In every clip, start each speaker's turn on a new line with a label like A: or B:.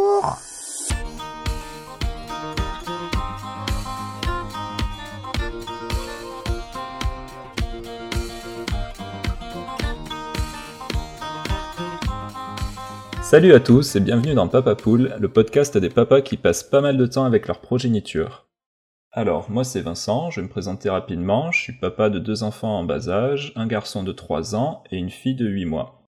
A: Bonjour.
B: Salut à tous et bienvenue dans Papa Poule, le podcast des papas qui passent pas mal de temps avec leur progéniture. Alors, moi c'est Vincent, je vais me présenter rapidement, je suis papa de deux enfants en bas âge, un garçon de 3 ans et une fille de 8 mois.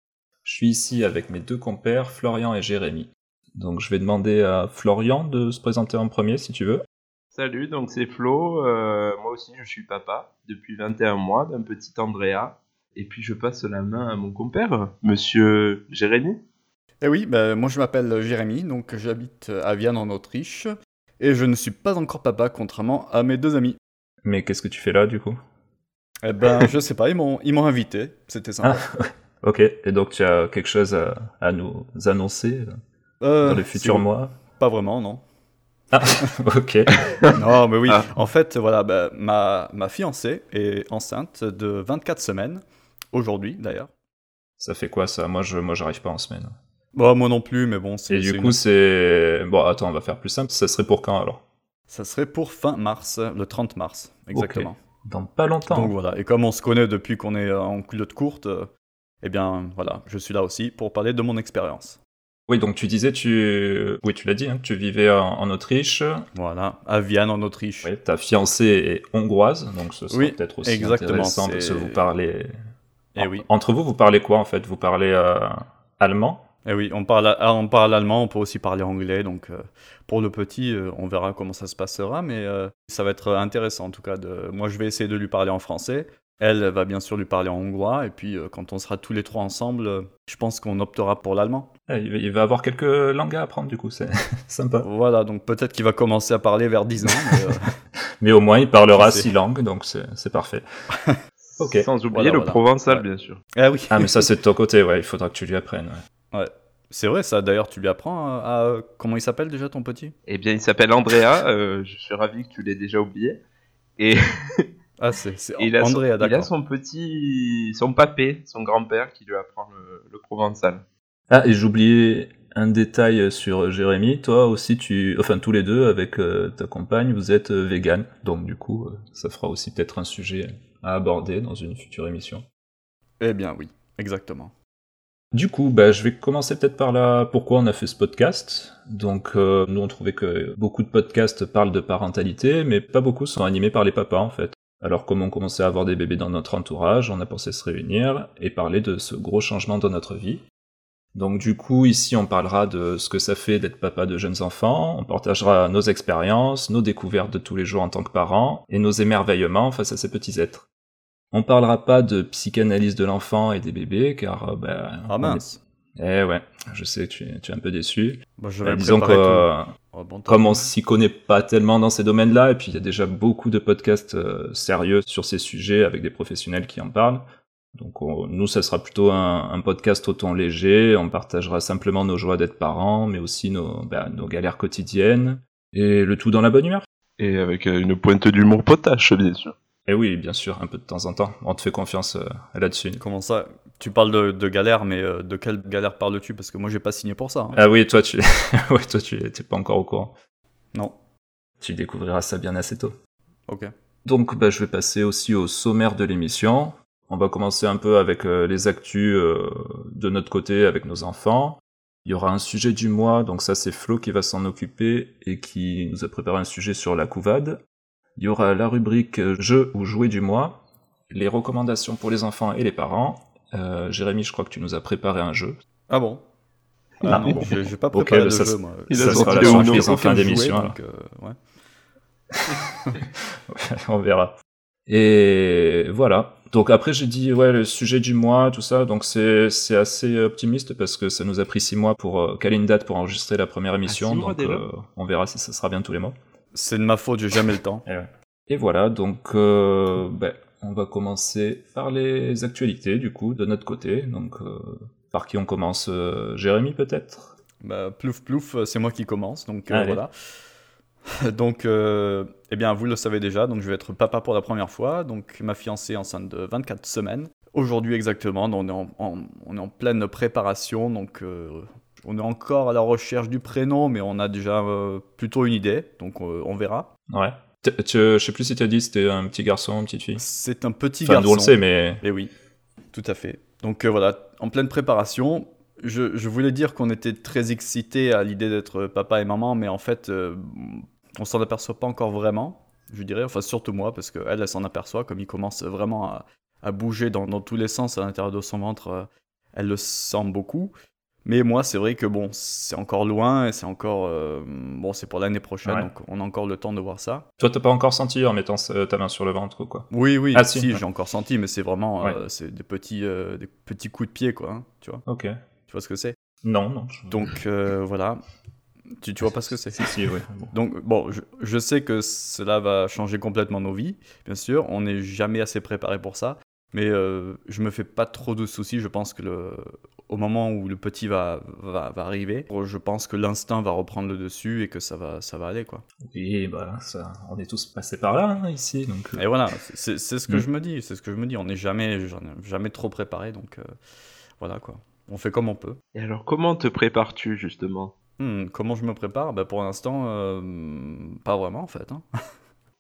B: Je suis ici avec mes deux compères, Florian et Jérémy. Donc je vais demander à Florian de se présenter en premier si tu veux.
C: Salut, donc c'est Flo. euh, moi aussi, je suis papa depuis 21 mois d'un petit Andrea. Et puis, je passe la main à mon compère, monsieur Jérémy.
D: Eh oui, ben, moi je m'appelle Jérémy, donc j'habite euh, à Vienne en Autriche, et je ne suis pas encore papa, contrairement à mes deux amis.
B: Mais qu'est-ce que tu fais là du coup
D: Eh ben, je sais pas, ils m'ont, ils m'ont invité, c'était sympa.
B: Ah, Ok, et donc tu as quelque chose à, à nous annoncer
D: Euh,
B: dans les futurs
D: c'est-
B: mois
D: Pas vraiment, non.
B: Ah, ok.
D: non, mais oui,
C: Ah.
D: en fait, voilà, ben, ma, ma fiancée est enceinte de 24 semaines, aujourd'hui d'ailleurs.
B: Ça fait quoi ça Moi, je, moi, j'arrive pas en semaine.
D: Bon, Bah, moi non plus, mais bon, c'est.
B: Et
D: c'est
B: du
D: une-
B: coup, c'est bon. Attends, on va faire plus simple. Ça serait pour quand alors
D: Ça serait pour fin mars, le 30 mars, exactement.
B: Dans pas longtemps.
D: Donc voilà, et comme on se connaît depuis qu'on est euh, en culotte courte, euh, eh bien voilà, je suis là aussi pour parler de mon expérience.
B: Oui, donc tu disais, tu, oui, tu l'as dit, hein, que tu vivais en, en Autriche.
D: Voilà, à Vienne en Autriche.
B: Oui, ta fiancée est hongroise, donc ce serait
D: Oui,
B: peut-être aussi
D: exactement,
B: intéressant
D: c'est-
B: parce que vous parlez.
D: Eh
B: En-
D: oui,
B: Entre vous, vous parlez quoi en fait Vous parlez euh, allemand
D: eh oui, on parle, ah, on parle allemand, on peut aussi parler anglais, donc euh, pour le petit, euh, on verra comment ça se passera, mais euh, ça va être intéressant en tout cas. De... Moi, je vais essayer de lui parler en français. Elle va bien sûr lui parler en hongrois, et puis euh, quand on sera tous les trois ensemble, euh, je pense qu'on optera pour l'allemand.
B: Eh, Il va- il va avoir quelques langues à apprendre du coup, c'est sympa.
D: Voilà, donc peut-être qu'il va commencer à parler vers 10 ans. mais, euh,
B: Mais au moins, il parlera
D: Qui sait
B: six langues, donc c'est c'est parfait. Ok.
C: Sans oublier
D: Voilà,
C: le
D: voilà.
C: provençal,
D: Ouais.
C: bien sûr.
D: Ah oui,
B: Ah, mais ça, c'est de ton côté, ouais. Il faudra que tu lui apprennes. ouais.
D: c'est vrai ça, d'ailleurs, tu lui apprends à... à- Comment il s'appelle déjà ton petit
C: Eh bien, il s'appelle Andrea. euh, je suis ravi que tu l'aies déjà oublié. Et
D: Ah, c'est c'est
C: il a,
D: Andrea,
C: son, il a
D: d'accord.
C: son petit, son papé, son grand-père qui lui apprend le, le provençal.
B: Ah, et j'oubliais un détail sur Jérémy. Toi aussi, tu, enfin tous les deux avec euh, ta compagne, vous êtes euh, vegan. Donc du coup, euh, ça fera aussi peut-être un sujet à aborder dans une future émission.
D: Eh bien oui, exactement.
B: Du coup, bah, je vais commencer peut-être par là pourquoi on a fait ce podcast. Donc, euh, nous, on trouvait que beaucoup de podcasts parlent de parentalité, mais pas beaucoup sont animés par les papas, en fait. Alors, comme on commençait à avoir des bébés dans notre entourage, on a pensé se réunir et parler de ce gros changement dans notre vie. Donc, du coup, ici, on parlera de ce que ça fait d'être papa de jeunes enfants, on partagera nos expériences, nos découvertes de tous les jours en tant que parents et nos émerveillements face à ces petits êtres. On parlera pas de psychanalyse de l'enfant et des bébés, car euh, bah,
D: Ah
B: on est
D: mince
B: eh ouais, je sais, tu es, tu es un peu déçu.
D: Bon, Bah, je
B: Euh,
D: vais
B: disons que
D: préparer tout.
B: euh,
D: Oh, bon, t'as-
B: comme on s'y connaît pas tellement dans ces domaines-là, et puis il y a déjà beaucoup de podcasts euh, sérieux sur ces sujets avec des professionnels qui en parlent. Donc on- nous, ça sera plutôt un, un podcast au ton léger. On partagera simplement nos joies d'être parents, mais aussi nos, bah, nos galères quotidiennes et le tout dans la bonne humeur.
C: Et avec euh, une pointe d'humour potache, bien sûr.
B: Et oui, bien sûr, un peu de temps en temps. On te fait confiance euh, là-dessus.
D: hein. Comment ça Tu parles de, de galère, mais euh, de quelle galère parles-tu Parce que moi, j'ai pas signé pour ça. hein.
B: Ah oui, toi, tu, ouais, toi, tu t'es pas encore au courant.
D: Non.
B: Tu découvriras ça bien assez tôt.
D: Ok.
B: Donc bah, je vais passer aussi au sommaire de l'émission. On va commencer un peu avec euh, les actus euh, de notre côté avec nos enfants. Il y aura un sujet du mois, donc ça c'est Flo qui va s'en occuper et qui nous a préparé un sujet sur la couvade. Il y aura la rubrique euh, jeux ou jouets du mois, les recommandations pour les enfants et les parents. Euh, Jérémy, je crois que tu nous as préparé un jeu.
D: Ah bon
B: Ah,
D: Ah non,
B: bon.
D: j'ai j'ai pas
B: Ok,
D: préparé
B: bah,
D: de
B: ça
D: jeu,
B: se-
D: moi.
C: il a
D: Ça
C: sorti
D: sera
C: le
D: la
C: Uno
D: surprise
B: en fin
D: auquel
B: d'émission,
D: jouer, donc, euh, ouais.
B: On verra. Et voilà. Donc après, j'ai dit, ouais, le sujet du mois, tout ça. Donc c'est c'est assez optimiste parce que ça nous a pris six mois pour euh, caler une date pour enregistrer la première émission.
D: Ah,
C: six mois
B: donc
C: déjà
B: euh, on verra si ça sera bien tous les mois.
D: C'est de ma faute, j'ai jamais le temps.
B: Et voilà, donc euh, ben, on va commencer par les actualités, du coup, de notre côté. Donc euh, par qui on commence euh, Jérémy, peut-être
D: Bah, plouf plouf, euh, c'est moi qui commence, donc euh,
B: Allez.
D: voilà. donc, euh, eh bien, vous le savez déjà, donc je vais être papa pour la première fois. Donc, ma fiancée est enceinte de 24 semaines. Aujourd'hui exactement, donc on est en, en- on est en pleine préparation, donc euh, On est encore à la recherche du prénom, mais on a déjà euh, plutôt une idée, donc euh, on verra.
B: Ouais. T- tu- Je sais plus si t'as dit c'était un petit garçon, une petite fille.
D: C'est un petit
B: Enfin, nous
D: garçon.
B: on le sait, mais
D: Et Eh oui, tout à fait. Donc euh, voilà, en pleine préparation, je, je voulais dire qu'on était très excités à l'idée d'être papa et maman, mais en fait, euh, on s'en aperçoit pas encore vraiment, je dirais. Enfin, surtout moi, parce qu'elle, elle, elle s'en aperçoit, comme il commence vraiment à, à bouger dans, dans tous les sens à l'intérieur de son ventre, euh, elle le sent beaucoup. Mais moi, c'est vrai que bon, c'est encore loin et c'est encore. euh, bon, c'est pour l'année prochaine,
B: Ouais.
D: donc on a encore le temps de voir ça.
B: toi t'as pas encore senti en mettant euh, ta main sur le ventre ou quoi.
D: Oui, oui,
B: Ah,
D: si,
B: si.
D: j'ai encore senti, mais c'est vraiment euh, c'est des, petits, euh, des petits coups de pied, quoi. hein, tu, vois
B: Ok.
D: tu vois ce que c'est
B: Non, non. je-
D: Donc, euh, voilà. Tu, tu vois pas ce que c'est
B: Si, si, oui. Bon.
D: Donc, bon, je, je sais que cela va changer complètement nos vies, bien sûr. On n'est jamais assez préparé pour ça. Mais euh, je me fais pas trop de soucis. Je pense que le, au moment où le petit va, va, va arriver, je pense que l'instinct va reprendre le dessus et que ça va, ça va aller, quoi.
B: Oui, bah, ça, on est tous passés par là, hein, ici, donc... euh,
D: Et voilà, c'est c'est ce que
B: Mm.
D: je me dis, c'est ce que je me dis. On n'est jamais, j'en ai jamais trop préparé, donc euh, voilà quoi. On fait comme on peut.
C: Et alors, comment te prépares-tu justement
D: Hmm, comment je me prépare bah, Pour l'instant, euh, pas vraiment en fait. hein.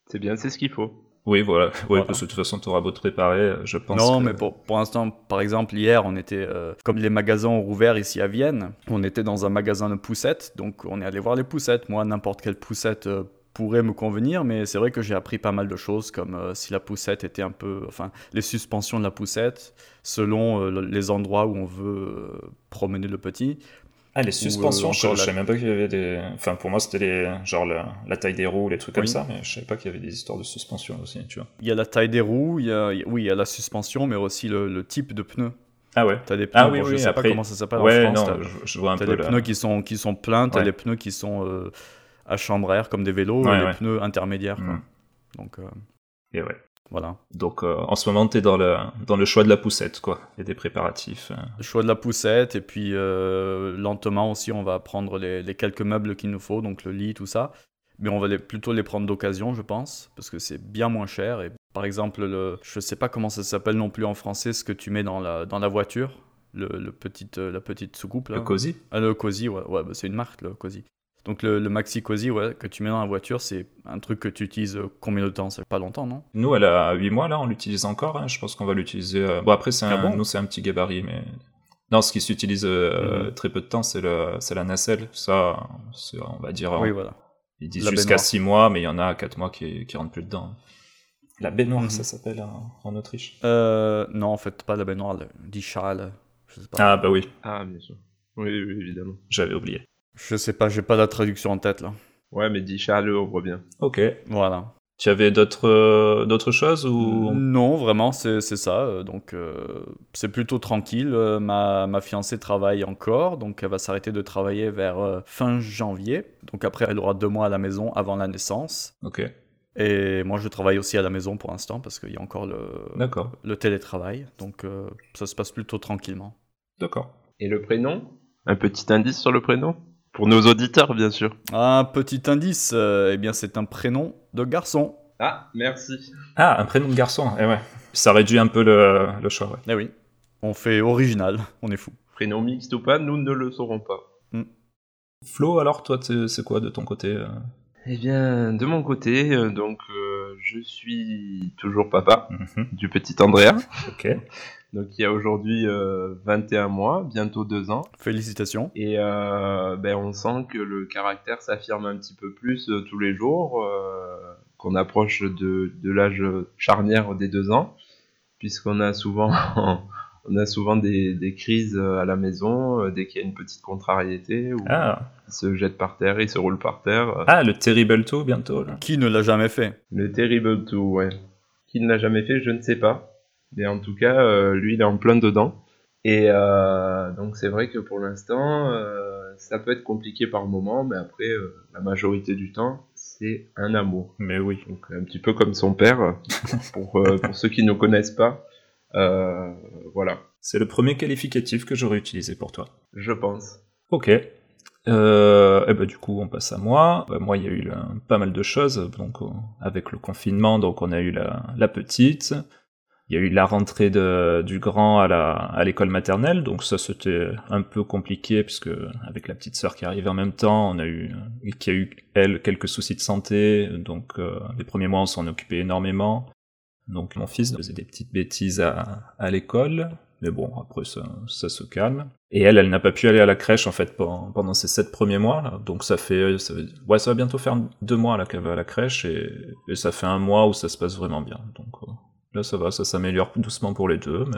C: C'est bien, c'est ce qu'il faut.
B: Oui, voilà. Oui,
D: Voilà.
B: parce que de toute façon, t'auras beau te préparer, euh, je pense
D: Non,
B: que-
D: mais pour, pour l'instant, par exemple, hier, on était, euh, comme les magasins ont rouvert ici à Vienne, on était dans un magasin de poussettes, donc on est allé voir les poussettes. Moi, n'importe quelle poussette euh, pourrait me convenir, mais c'est vrai que j'ai appris pas mal de choses, comme euh, si la poussette était un peu. Enfin, les suspensions de la poussette, selon euh, le- les endroits où on veut euh, promener le petit.
B: Ah, les
D: Ou,
B: suspensions,
D: euh,
B: je,
D: encore
B: je
D: la-
B: savais même pas qu'il y avait des... Enfin, pour moi, c'était les... genre la, la taille des roues, les trucs comme
D: Oui.
B: ça, mais je savais pas qu'il y avait des histoires de suspension aussi, tu vois.
D: Il y a la taille des roues, il y a, il y a- oui, il y a la suspension, mais aussi le, le type de pneu.
B: Ah ouais
D: T'as des pneus,
B: Ah oui,
D: bon, je
B: oui,
D: sais
B: après-
D: pas comment ça s'appelle
B: Ouais,
D: en France. t'as-
B: non, je, je vois un
D: T'as
B: peu
D: des
B: la...
D: pneus qui sont, qui sont pleins, t'as
B: Ouais.
D: des pneus qui sont euh, à chambre à air comme des vélos,
B: Ouais,
D: et des
B: ouais.
D: pneus intermédiaires. quoi.
B: Mm.
D: Donc euh,
B: Et ouais.
D: voilà.
B: Donc, euh, en ce moment, t'es dans le... dans le choix de la poussette, quoi, et des préparatifs. euh.
D: Le choix de la poussette, et puis euh, lentement aussi, on va prendre les, les quelques meubles qu'il nous faut, donc le lit, tout ça. Mais on va les, plutôt les prendre d'occasion, je pense, parce que c'est bien moins cher. Et par exemple, le, je sais pas comment ça s'appelle non plus en français, ce que tu mets dans la, dans la voiture, le, le petite, euh, la petite soucoupe. Là.
B: Le cosy
D: Ah, le Cozy, ouais, ouais bah, c'est une marque, le Cozy. Donc le, le Maxi Cozy ouais, que tu mets dans la voiture, c'est un truc que tu utilises euh, combien de temps C'est pas longtemps, non
B: Nous, elle a 8 mois, là, on l'utilise encore. hein. Je pense qu'on va l'utiliser. euh, Bon, après, c'est un...
D: Ah bon
B: nous, c'est un petit gabarit, mais. Non, ce qui s'utilise euh,
D: Mhm.
B: très peu de temps, c'est le... c'est la nacelle. Ça, c'est- on va dire. euh,
D: Oui, voilà.
B: Ils disent
D: La
B: jusqu'à
D: baignoire.
B: 6 mois, mais il y en a 4 mois qui, qui rentrent plus dedans. La baignoire,
D: Mhm.
B: ça s'appelle en, en Autriche.
D: Euh, non, en fait, pas la baignoire, le- dit Charles. Je sais pas.
B: Ah, bah oui,
C: Ah, bien sûr. Oui, oui, évidemment.
B: j'avais oublié.
D: Je sais pas, j'ai pas la traduction en tête là.
C: Ouais, mais dit Charles, on voit bien.
B: Ok.
D: Voilà.
B: Tu avais d'autres euh, d'autres choses ou...
D: Non, vraiment, c'est c'est ça. euh, Donc, euh, c'est plutôt tranquille. Euh, ma, ma fiancée travaille encore, donc elle va s'arrêter de travailler vers euh, fin janvier. Donc, après, elle aura deux mois à la maison avant la naissance.
B: Ok,
D: Et moi, je travaille aussi à la maison pour l'instant parce qu'il y a encore le,
B: d'accord,
D: le télétravail. Donc, euh, ça se passe plutôt tranquillement.
B: d'accord.
C: Et le prénom Un petit indice sur le prénom Pour nos auditeurs, bien sûr.
D: Un petit indice, euh, eh bien, c'est un prénom de garçon.
C: Ah, merci.
B: Ah, un prénom de garçon, eh ouais. Ça réduit un peu le, le choix, ouais.
D: Eh oui, on fait original, on est fou.
C: Prénom mixte ou pas, nous ne le saurons pas.
B: Flo, alors, toi, t'es- c'est quoi de ton côté euh
C: Eh bien, de mon côté, euh, donc, euh, je suis toujours papa
B: Mhm,
C: du petit Andrea.
B: Ok,
C: Donc, il y a aujourd'hui euh, 21 mois, bientôt 2 ans.
D: Félicitations.
C: Et euh, ben, on sent que le caractère s'affirme un petit peu plus euh, tous les jours, euh, qu'on approche de, de l'âge charnière des deux ans, puisqu'on a souvent, on a souvent des, des crises euh, à la maison, euh, dès qu'il y a une petite contrariété, ou
B: ah,
C: il se jette par terre, il se roule par terre.
B: ah le Terrible Two bientôt, là.
D: Qui ne l'a jamais fait
C: Le terrible tout, ouais. Qui ne l'a jamais fait, je ne sais pas. Mais en tout cas, euh, lui, il est en plein dedans. Et euh, donc, c'est vrai que pour l'instant, euh, ça peut être compliqué par moment, mais après, euh, la majorité du temps, c'est un amour.
B: Mais oui.
C: Donc, un petit peu comme son père, pour, euh, pour ceux qui ne connaissent pas. Euh, voilà,
B: C'est le premier qualificatif que j'aurais utilisé pour toi.
C: je pense.
B: Ok. Euh, eh ben, du coup, on passe à moi. Bah, moi, il y a eu là, pas mal de choses. Donc, euh, avec le confinement, donc on a eu la, la petite. Il y a eu la rentrée de, du grand à la à l'école maternelle, donc ça c'était un peu compliqué puisque avec la petite sœur qui arrivait en même temps, on a eu qui a eu elle quelques soucis de santé, donc euh, les premiers mois on s'en occupait énormément. Donc mon fils faisait des petites bêtises à, à l'école, mais bon après ça, ça se calme. Et elle, elle n'a pas pu aller à la crèche en fait pendant, pendant ces sept premiers mois, là. donc ça fait euh, ça, veut- ouais ça va bientôt faire deux mois là qu'elle va à la crèche et, et ça fait un mois où ça se passe vraiment bien. Donc euh, là ça va, ça s'améliore doucement pour les deux, mais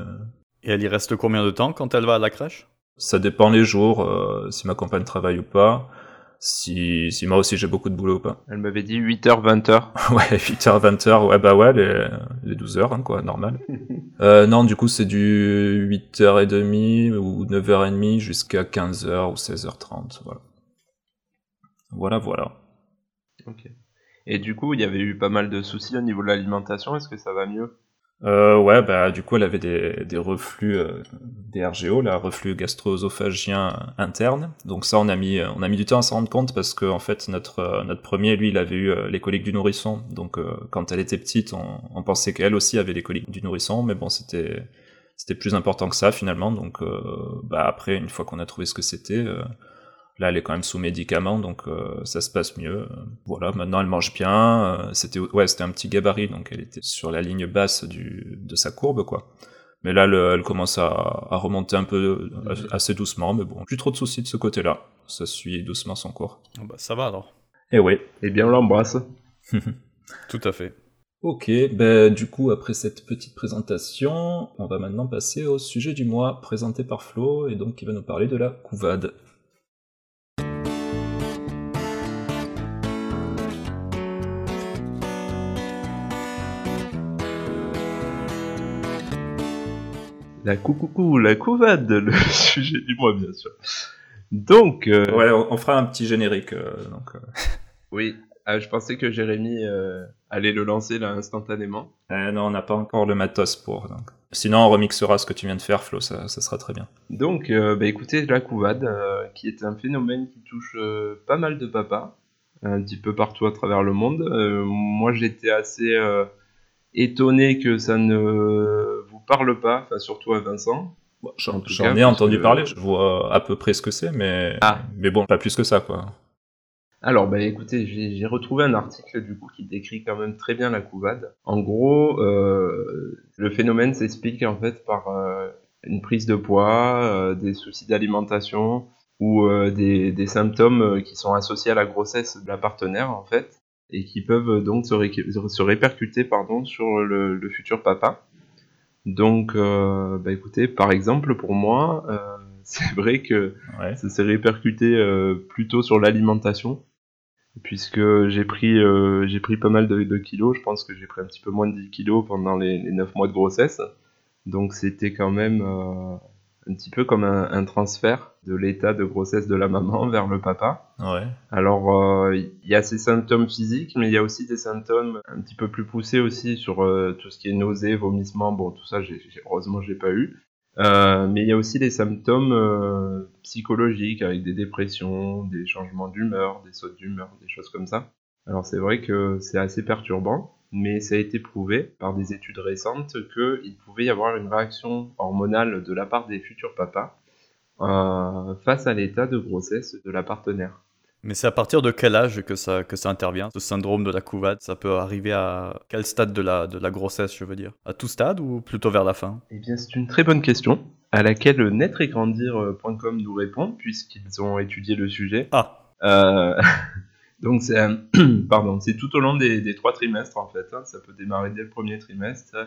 D: Et elle y reste combien de temps quand elle va à la crèche
B: ça dépend les jours, euh, si ma compagne travaille ou pas, si, si moi aussi j'ai beaucoup de boulot ou pas.
C: Elle m'avait dit 8h, 20h.
B: Ouais, 8h, 20h, ouais, bah ouais, les, les 12h, hein, quoi, normal. Euh, non, du coup, c'est du 8h30 ou 9h30 jusqu'à 15h ou 16h30, voilà. Voilà, voilà.
C: Ok. Et du coup, il y avait eu pas mal de soucis au niveau de l'alimentation. Est-ce que ça va mieux
B: Euh, ouais, bah du coup, elle avait des, des reflux, euh, des RGO, là, reflux gastro-œsophagien interne. Donc ça, on a mis, on a mis du temps à s'en rendre compte parce que en fait, notre euh, notre premier, lui, il avait eu euh, les coliques du nourrisson. Donc euh, quand elle était petite, on, on pensait qu'elle aussi avait les coliques du nourrisson, mais bon, c'était c'était plus important que ça finalement. Donc euh, bah après, une fois qu'on a trouvé ce que c'était. euh, Là, elle est quand même sous médicaments, donc euh, ça se passe mieux. Euh, Voilà, maintenant elle mange bien. euh, c'était ouais, c'était un petit gabarit, donc elle était sur la ligne basse du, de sa courbe, quoi. Mais là, le- elle commence à, à remonter un peu euh, assez doucement, mais bon, plus trop de soucis de ce côté-là. Ça suit doucement son cours.
D: Ah bah, Ça va alors.
B: Et oui.
C: Eh bien, on l'embrasse.
D: Tout à fait.
B: Ok, ben du coup, après cette petite présentation, on va maintenant passer au sujet du mois présenté par Flo, et donc qui va nous parler de la couvade.
C: La coucoucou, la couvade, le sujet du mois, bien sûr. Donc, euh,
B: Ouais, on, on fera un petit générique, euh, donc. euh,
C: oui, ah, je pensais que Jérémy euh, allait le lancer là instantanément.
B: Euh, non, on n'a pas encore le matos pour. Donc. Sinon, on remixera ce que tu viens de faire, Flo, ça, ça sera très bien.
C: Donc, euh, bah, écoutez, la couvade, euh, qui est un phénomène qui touche euh, pas mal de papas, un petit peu partout à travers le monde. Euh, moi, j'étais assez euh, étonné que ça ne vous parle pas, enfin surtout à Vincent.
B: Bon, J'en
C: En tout
B: j'en
C: cas,
B: ai
C: parce
B: entendu
C: que-
B: parler, je vois à peu près ce que c'est, mais...
C: Ah.
B: mais bon, pas plus que ça, quoi.
C: Alors, bah, écoutez, j'ai j'ai retrouvé un article du coup qui décrit quand même très bien la couvade. En gros, euh, le phénomène s'explique en fait par euh, une prise de poids, euh, des soucis d'alimentation ou euh, des, des symptômes euh, qui sont associés à la grossesse de la partenaire en fait et qui peuvent euh, donc se, ré- se répercuter pardon sur le, le futur papa. Donc, euh, bah, écoutez, par exemple pour moi, euh, c'est vrai que
B: Ouais.
C: ça s'est répercuté euh, plutôt sur l'alimentation, puisque j'ai pris, euh, j'ai pris pas mal de, de kilos. Je pense que j'ai pris un petit peu moins de 10 kilos pendant les, les 9 mois de grossesse. Donc c'était quand même euh, un petit peu comme un, un transfert de l'état de grossesse de la maman vers le papa.
B: Ouais.
C: Alors euh, il y a ces symptômes physiques, mais il y a aussi des symptômes un petit peu plus poussés aussi sur euh, tout ce qui est nausée, vomissement. Bon, tout ça, j'ai, j'ai- heureusement, je l'ai pas eu. Euh, mais il y a aussi des symptômes euh, psychologiques avec des dépressions, des changements d'humeur, des sautes d'humeur, des choses comme ça. Alors c'est vrai que c'est assez perturbant, mais ça a été prouvé par des études récentes qu'il pouvait y avoir une réaction hormonale de la part des futurs papas euh, face à l'état de grossesse de la partenaire.
D: Mais c'est à partir de quel âge que ça, que ça intervient Ce syndrome de la couvade, ça peut arriver à quel stade de la, de la grossesse, je veux dire À tout stade ou plutôt vers la fin
C: Eh bien, c'est une très bonne question à laquelle naître et grandir.com nous répond puisqu'ils ont étudié le sujet.
D: Ah
C: Euh, donc c'est un- pardon, c'est tout au long des, des trois trimestres en fait. hein. Ça peut démarrer dès le premier trimestre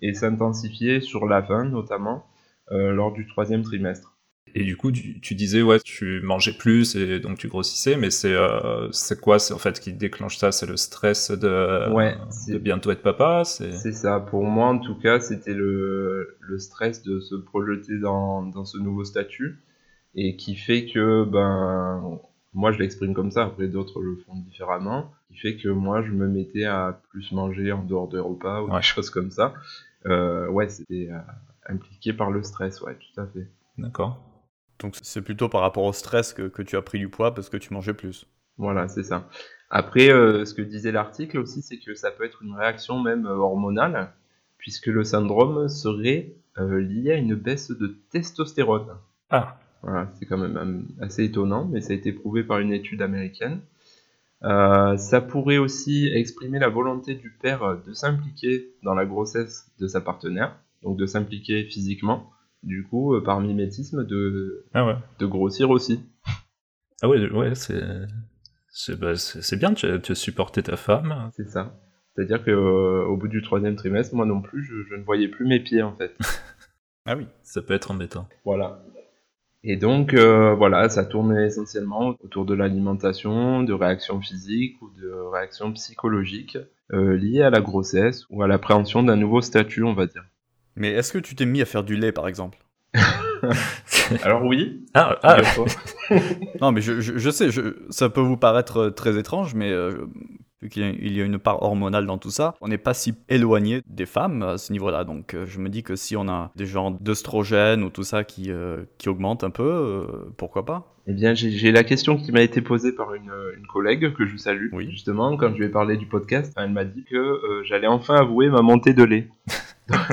C: et s'intensifier sur la fin notamment euh, lors du troisième trimestre.
B: Et du coup, tu, tu disais, ouais, tu mangeais plus et donc tu grossissais, mais c'est euh, c'est quoi, c'est en fait, qui déclenche ça C'est le stress de,
C: Ouais,
B: de
C: c'est-
B: bientôt être papa c'est...
C: C'est ça. Pour moi en tout cas, c'était le, le stress de se projeter dans, dans ce nouveau statut et qui fait que ben moi je l'exprime comme ça. Après d'autres le font différemment. Qui fait que moi je me mettais à plus manger en dehors des repas ou
B: Ouais.
C: des choses comme ça. Euh, ouais, c'était euh, impliqué par le stress, ouais, tout à fait.
B: D'accord.
D: Donc c'est plutôt par rapport au stress que, que tu as pris du poids parce que tu mangeais plus.
C: Voilà, c'est ça. Après, euh, ce que disait l'article aussi, c'est que ça peut être une réaction même euh, hormonale, puisque le syndrome serait euh, lié à une baisse de testostérone.
B: Ah.
C: Voilà, c'est quand même euh, assez étonnant, mais ça a été prouvé par une étude américaine. Euh, ça pourrait aussi exprimer la volonté du père euh, de s'impliquer dans la grossesse de sa partenaire, donc de s'impliquer physiquement, du coup, euh, par mimétisme, de,
B: Ah ouais.
C: de grossir aussi.
B: Ah ouais, ouais, c'est. C'est bah, c'est- c'est bien, tu as, tu as supporté ta femme.
C: C'est ça. C'est-à-dire que euh, au bout du troisième trimestre, moi non plus, je, je ne voyais plus mes pieds en fait.
D: Ah oui.
B: Ça peut être embêtant.
C: Voilà. Et donc, euh, voilà, ça tournait essentiellement autour de l'alimentation, de réactions physiques ou de réactions psychologiques euh, liées à la grossesse ou à l'appréhension d'un nouveau statut, on va dire.
D: Mais est-ce que tu t'es mis à faire du lait, par exemple
C: Alors oui,
B: ah, ah,
C: figure-toi.
D: Non, mais je, je- je sais, je- ça peut vous paraître euh, très étrange, mais euh, vu qu'il y a- il y a une part hormonale dans tout ça, on n'est pas si éloigné des femmes à ce niveau-là. Donc euh, je me dis que si on a des genres d'œstrogènes ou tout ça qui, euh, qui augmentent un peu, euh, pourquoi pas
C: Eh bien, j'ai- j'ai la question qui m'a été posée par une, une collègue que je salue,
D: Oui.
C: justement, quand je lui ai parlé du podcast. Elle m'a dit que euh, j'allais enfin avouer ma montée de lait.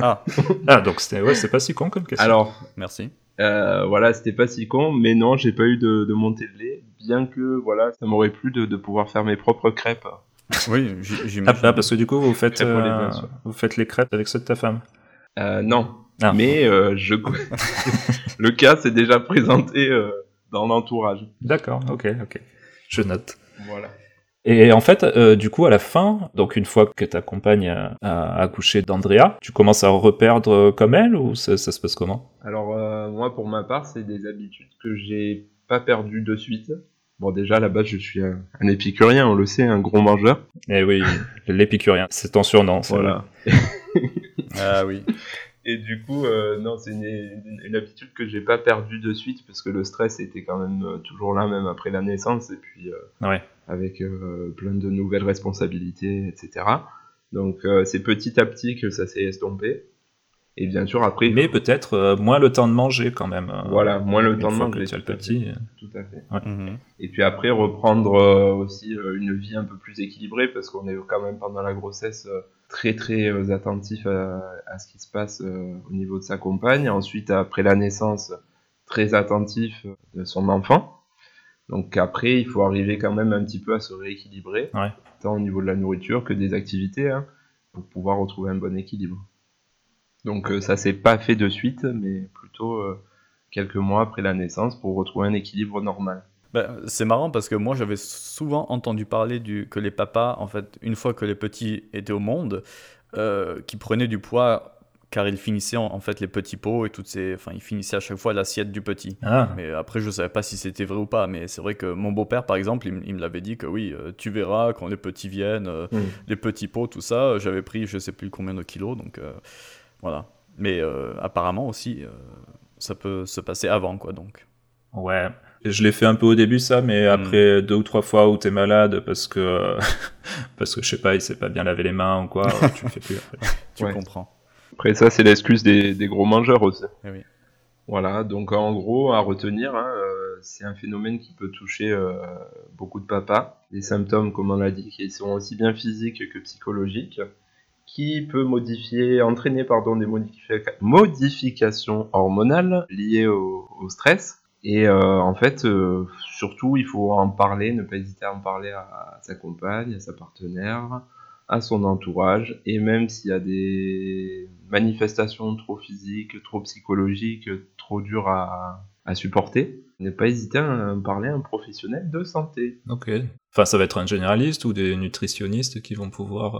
D: Ah,
B: ah, donc c'était- ouais, c'est pas si con comme question.
C: Alors,
D: merci.
C: Euh, voilà, c'était pas si con, mais non, j'ai pas eu de, de montée de lait, bien que voilà, ça m'aurait plu de, de pouvoir faire mes propres crêpes.
D: Oui, j-
B: Ah,
D: j'imagine.
B: bah, parce que du coup, vous faites,
C: Crêpes au lait,
B: euh,
C: bien sûr.
B: vous faites les crêpes avec ceux de ta femme.
C: Euh, non,
B: Ah.
C: mais euh, je le cas s'est déjà présenté euh, dans l'entourage.
B: D'accord, ok, ok. Je note.
C: Voilà.
B: Et en fait, euh, du coup, à la fin, donc une fois que euh, ta compagne a, a accouché d'Andrea, tu commences à reperdre euh, comme elle ou ça, ça se passe comment
C: Alors euh, moi, pour ma part, c'est des habitudes que j'ai pas perdues de suite. Bon, déjà à la base, je suis un, un épicurien, on le sait, un gros mangeur.
B: Eh oui, l'épicurien, c'est ton surnom. c'est vrai.
C: Voilà.
D: Ah oui.
C: Et du coup, euh, non, c'est une, une- une habitude que j'ai pas perdue de suite parce que le stress était quand même euh, toujours là, même après la naissance, et puis euh,
B: Ouais.
C: avec euh, plein de nouvelles responsabilités, etc. Donc euh, c'est petit à petit que ça s'est estompé. Et bien sûr, après,
B: Mais peut-être euh, moins le temps de manger quand même. euh,
C: voilà, moins le
B: une
C: temps de
B: fois
C: manque.
B: que tu as le petit. euh.
C: Tout à fait.
D: Mhm.
C: Et puis après, reprendre euh, aussi euh, une vie un peu plus équilibrée parce qu'on est quand même pendant la grossesse euh, très très euh, attentif à, à ce qui se passe euh, au niveau de sa compagne. Ensuite, après la naissance, très attentif euh, de son enfant. Donc après, il faut arriver quand même un petit peu à se rééquilibrer,
B: Ouais.
C: tant au niveau de la nourriture que des activités, hein, pour pouvoir retrouver un bon équilibre. Donc euh, ça s'est pas fait de suite, mais plutôt euh, quelques mois après la naissance pour retrouver un équilibre normal.
D: Ben, c'est marrant parce que moi j'avais souvent entendu parler du, que les papas, en fait, une fois que les petits étaient au monde, euh, qui prenaient du poids car ils finissaient en, en fait les petits pots et toutes ces, enfin ils finissaient à chaque fois l'assiette du petit.
B: Ah,
D: Mais après je savais pas si c'était vrai ou pas, mais c'est vrai que mon beau-père par exemple, il, m- il me l'avait dit que oui, euh, tu verras quand les petits viennent, euh,
C: Mm.
D: les petits pots, tout ça. euh, J'avais pris je sais plus combien de kilos, donc euh, voilà. Mais euh, apparemment aussi, euh, ça peut se passer avant quoi donc.
B: ouais. Je l'ai fait un peu au début ça, mais
C: Hmm.
B: après deux ou trois fois où t'es malade parce que parce que je sais pas, il s'est pas bien lavé les mains ou quoi, tu le fais plus. après.
D: Tu
C: Ouais.
D: comprends.
C: Après ça, c'est l'excuse des, des gros mangeurs aussi.
D: Eh oui.
C: Voilà, donc en gros, à retenir, hein, euh, c'est un phénomène qui peut toucher euh, beaucoup de papas. Des symptômes, comme on l'a dit, qui sont aussi bien physiques que psychologiques, qui peut modifier, entraîner pardon, des modifica- modifications hormonales liées au, au stress. Et euh, en fait, euh, surtout, il faut en parler, ne pas hésiter à en parler à, à sa compagne, à sa partenaire, à son entourage et même s'il y a des manifestations trop physiques, trop psychologiques, trop dures à, à supporter, ne pas hésiter à en parler à un professionnel de santé.
B: Ok. Enfin, ça va être un généraliste ou des nutritionnistes qui vont pouvoir